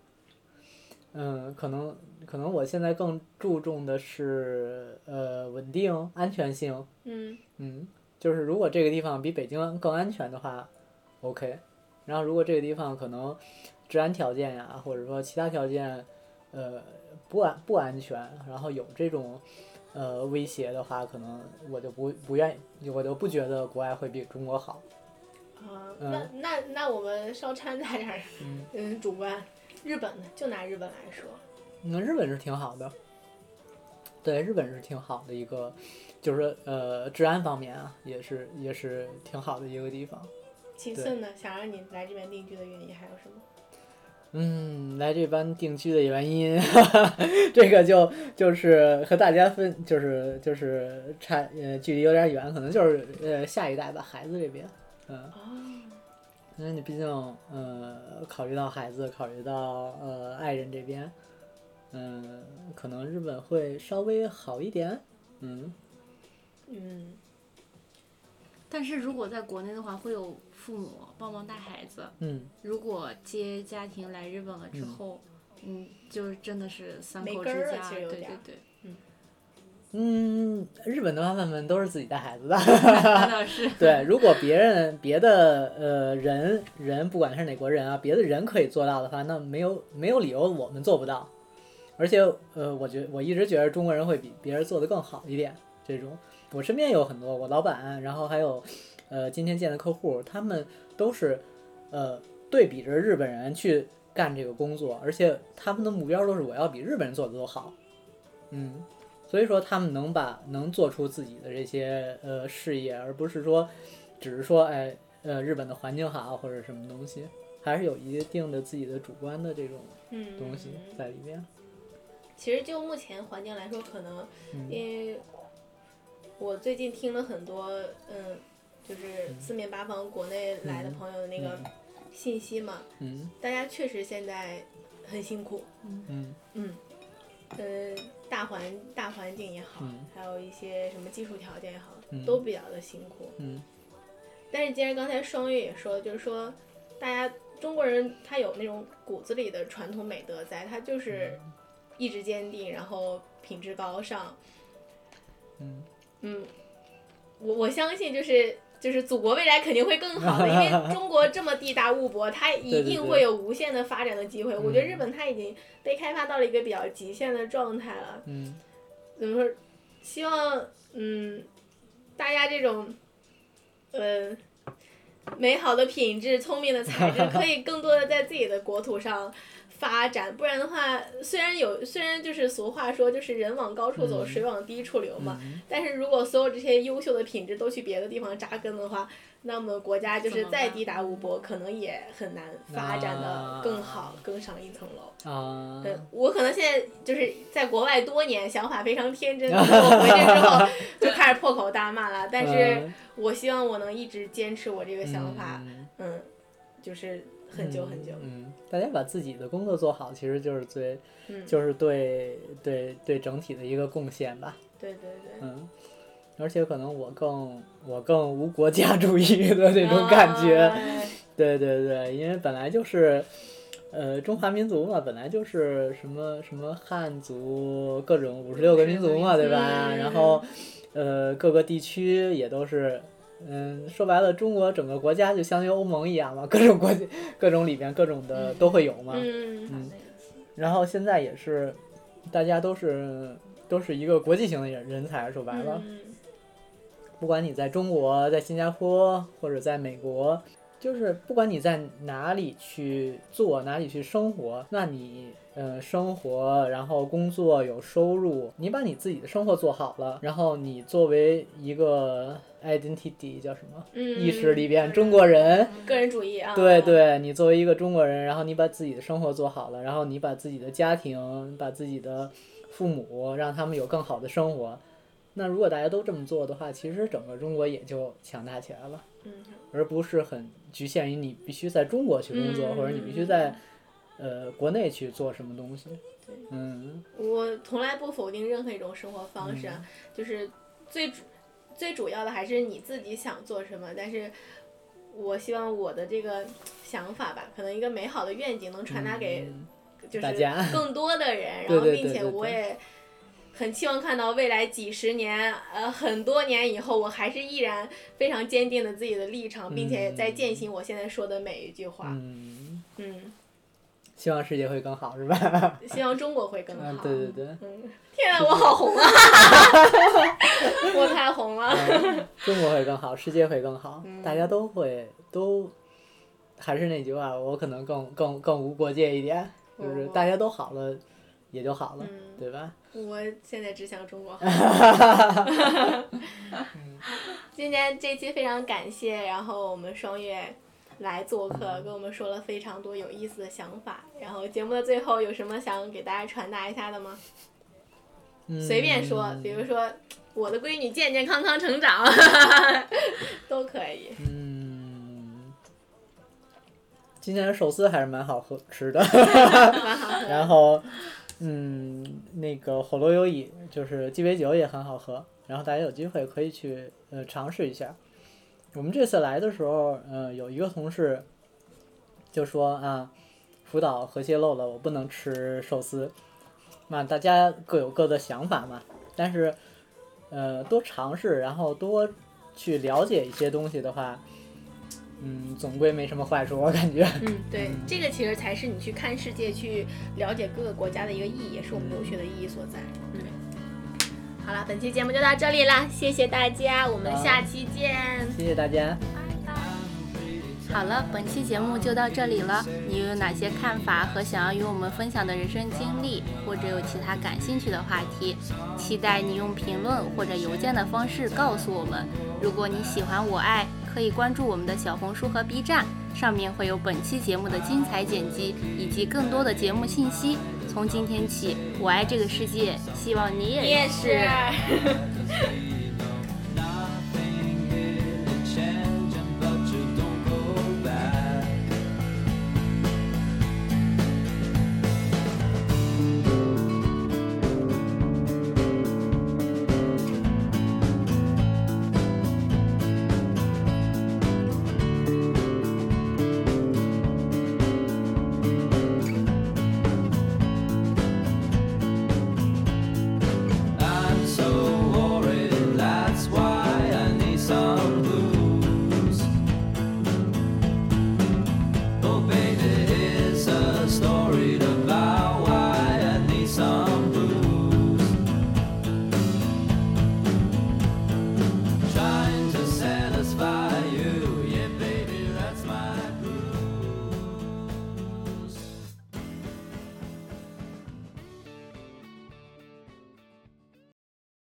Speaker 1: 嗯，可能可能我现在更注重的是呃稳定、安全性，
Speaker 2: 嗯
Speaker 1: 嗯，就是如果这个地方比北京更安全的话，OK。然后如果这个地方可能治安条件呀、或者说其他条件，呃，不安不安全，然后有这种呃威胁的话，可能我就不不愿意，我就不觉得国外会比中国好。
Speaker 2: 啊、
Speaker 1: 嗯
Speaker 2: 那那那我们稍掺杂点儿，
Speaker 1: 嗯
Speaker 2: 嗯，主观。日本呢，就拿日本来说，
Speaker 1: 那嗯日本是挺好的，对，日本是挺好的一个，就是说呃治安方面啊，也是也是挺好的一个地方。
Speaker 2: 其次呢，想让你来这边定居的原因还有什么？
Speaker 1: 嗯，来这班定居的原因，这个就就是和大家分，就是就是差呃距离有点远，可能就是呃下一代吧，孩子这边，嗯，因为你毕竟呃考虑到孩子，考虑到呃爱人这边，嗯、可能日本会稍微好一点，嗯，
Speaker 2: 嗯，
Speaker 3: 但是如果在国内的话，会有父母帮忙带孩子。
Speaker 1: 嗯，
Speaker 3: 如果接家庭来日本了之
Speaker 1: 嗯
Speaker 3: 后，嗯，就是真的是三
Speaker 2: 没
Speaker 3: 口之
Speaker 2: 根儿了
Speaker 3: 家，
Speaker 2: 其实有
Speaker 3: 对
Speaker 2: 点
Speaker 3: 对
Speaker 2: 儿
Speaker 3: 对，
Speaker 1: 嗯，日本的妈妈们都是自己带孩子的。
Speaker 3: 那倒 (laughs) 是。
Speaker 1: 对，如果别人别的呃人人，不管是哪国人啊，别的人可以做到的话，那没有没有理由我们做不到。而且呃，我觉我一直觉得中国人会比别人做得更好一点。这种我身边有很多我老板，然后还有呃今天见的客户，他们都是呃对比着日本人去干这个工作，而且他们的目标都是我要比日本人做的都好。嗯。所以说，他们能把能做出自己的这些呃事业，而不是说只是说，哎，呃，日本的环境好或者什么东西，还是有一定的自己的主观的这种
Speaker 2: 嗯
Speaker 1: 东西在里面。
Speaker 2: 其实就目前环境来说，可能
Speaker 1: 嗯
Speaker 2: 因为我最近听了很多，嗯，就是四面八方国内来的朋友的那个信息嘛，
Speaker 1: 嗯
Speaker 2: 大家确实现在很辛苦，
Speaker 1: 嗯
Speaker 2: 嗯，呃，大环大环境也好，
Speaker 1: 嗯
Speaker 2: 还有一些什么技术条件也好，
Speaker 1: 嗯
Speaker 2: 都比较的辛苦。
Speaker 1: 嗯
Speaker 2: 但是既然刚才双月也说，就是说大家中国人他有那种骨子里的传统美德在，他就是意志坚定，然后品质高尚。
Speaker 1: 嗯
Speaker 2: 嗯，我我相信就是。就是祖国未来肯定会更好的，因为中国这么地大物博，它一
Speaker 1: 对对
Speaker 2: 定
Speaker 1: 对
Speaker 2: 会有无限的发展的机会。我觉得
Speaker 1: 嗯
Speaker 2: 日本它已经被开发到了一个比较极限的状态了，
Speaker 1: 嗯
Speaker 2: 怎么说？希望嗯，大家这种呃美好的品质、聪明的才
Speaker 1: (laughs)
Speaker 2: 智，可以更多的在自己的国土上发展。不然的话，虽然有，虽然就是俗话说，就是人往高处
Speaker 1: 嗯
Speaker 2: 走，水往低处流嘛。
Speaker 1: 嗯
Speaker 2: 但是如果所有这些优秀的品质都去别的地方扎根的话，那么国家就
Speaker 3: 怎
Speaker 2: 是
Speaker 3: 么
Speaker 2: 再
Speaker 3: 办嗯
Speaker 2: 地大物博，可能也很难发展的
Speaker 1: 啊
Speaker 2: 更好，更上一层楼。
Speaker 1: 啊，
Speaker 2: 嗯，我可能现在就是在国外多年，想法非常
Speaker 1: (laughs)
Speaker 2: 天真，所以我回去之后就开始破口大骂了。但是
Speaker 1: 嗯
Speaker 2: 我希望我能一直坚持我这个想法，
Speaker 1: 嗯
Speaker 2: 嗯，就是很久很久，
Speaker 1: 嗯，嗯大家把自己的工作做好，其实就是最
Speaker 2: 嗯，
Speaker 1: 就是对对对整体的一个贡献吧。
Speaker 2: 对对对，
Speaker 1: 嗯，而且可能我更我更无国家主义的那种感觉。
Speaker 2: 哎
Speaker 1: 对对对，因为本来就是，呃，中华民族嘛，本来就是什么什么汉族各种五十六个民族嘛，对吧？
Speaker 2: 嗯
Speaker 1: 然后，呃，各个地区也都是，嗯，说白了，中国整个国家就相当于欧盟一样嘛，各种国家各种里边各种的都会有嘛。
Speaker 2: 嗯，
Speaker 1: 嗯然后现在也是，大家都是都是一个国际型的人人才，说白了，
Speaker 2: 嗯
Speaker 1: 不管你在中国、在新加坡或者在美国，就是不管你在哪里去做、哪里去生活，那你呃生活，然后工作有收入，你把你自己的生活做好了，然后你作为一个 identity 叫什么？
Speaker 2: 嗯，
Speaker 1: 意识里边中国人，
Speaker 2: 个人主义啊，
Speaker 1: 对，对，你作为一个中国人，然后你把自己的生活做好了，然后你把自己的家庭、把自己的父母，让他们有更好的生活。那如果大家都这么做的话，其实整个中国也就强大起来了，
Speaker 2: 嗯
Speaker 1: 而不是很局限于你必须在中国去工作，
Speaker 2: 嗯
Speaker 1: 或者你必须在呃国内去做什么东西。嗯
Speaker 2: 我从来不否定任何一种生活方式，啊，就是最主最主要的还是你自己想做什么。但是，我希望我的这个想法吧，可能一个美好的愿景能传达给
Speaker 1: 嗯
Speaker 2: 就
Speaker 1: 大
Speaker 2: 是
Speaker 1: 家，
Speaker 2: 更多
Speaker 1: (laughs)
Speaker 2: 的人，然
Speaker 1: 对
Speaker 2: 后
Speaker 1: 对
Speaker 2: 并
Speaker 1: 对
Speaker 2: 且
Speaker 1: 对
Speaker 2: 我
Speaker 1: 对
Speaker 2: 也很期望看到未来几十年，呃，很多年以后，我还是依然非常坚定的自己的立场，并且在践行我现在说的每一句话。
Speaker 1: 嗯，
Speaker 2: 嗯，
Speaker 1: 希望世界会更好，是吧？ (laughs)
Speaker 2: 希望中国会更
Speaker 1: 嗯，
Speaker 2: 好。
Speaker 1: 对对对。
Speaker 2: 嗯， (laughs) 天啊，我好红啊！我太红了。
Speaker 1: 嗯 (laughs) 中国会更好，世界会更好，
Speaker 2: 嗯
Speaker 1: 大家都会都，还是那句话，我可能更更更无国界一点，就是
Speaker 2: 哦
Speaker 1: 大家都好了，也就好了，
Speaker 2: 嗯，
Speaker 1: 对吧？
Speaker 2: 我现在只想
Speaker 1: (laughs)
Speaker 2: 中国好。
Speaker 1: 嗯
Speaker 2: (laughs) 今天这期非常感谢，然后我们双月来做客，
Speaker 1: 嗯
Speaker 2: 跟我们说了非常多有意思的想法。然后节目的最后有什么想给大家传达一下的吗？
Speaker 1: 嗯
Speaker 2: 随便说，比如说我的闺女健健康康成长， (laughs) 都可以。
Speaker 1: 嗯，今年的寿司还是蛮好喝吃的。
Speaker 2: 蛮好喝
Speaker 1: 然后，嗯，那个火罗优饮就是鸡尾酒也很好喝，然后大家有机会可以去呃尝试一下。我们这次来的时候，嗯、有一个同事就说啊，福岛核泄漏了，我不能吃寿司。那大家各有各的想法嘛，但是，呃，多尝试，然后多去了解一些东西的话，嗯，总归没什么坏处，我感觉。
Speaker 2: 嗯，对，这个其实才是你去看世界、去了解各个国家的一个意义，也是我们留学的意义所在。嗯，好了，本期节目就到这里啦，谢谢大家，我们
Speaker 1: 好
Speaker 2: 下期见。
Speaker 1: 谢谢大家。
Speaker 3: 好了，本期节目就到这里了。你有哪些看法和想要与我们分享的人生经历，或者有其他感兴趣的话题？期待你用评论或者邮件的方式告诉我们。如果你喜欢我爱，可以关注我们的小红书和 B 站，上面会有本期节目的精彩剪辑以及更多的节目信息。从今天起，我爱这个世界，希望你也
Speaker 2: 你也是。
Speaker 4: Cause we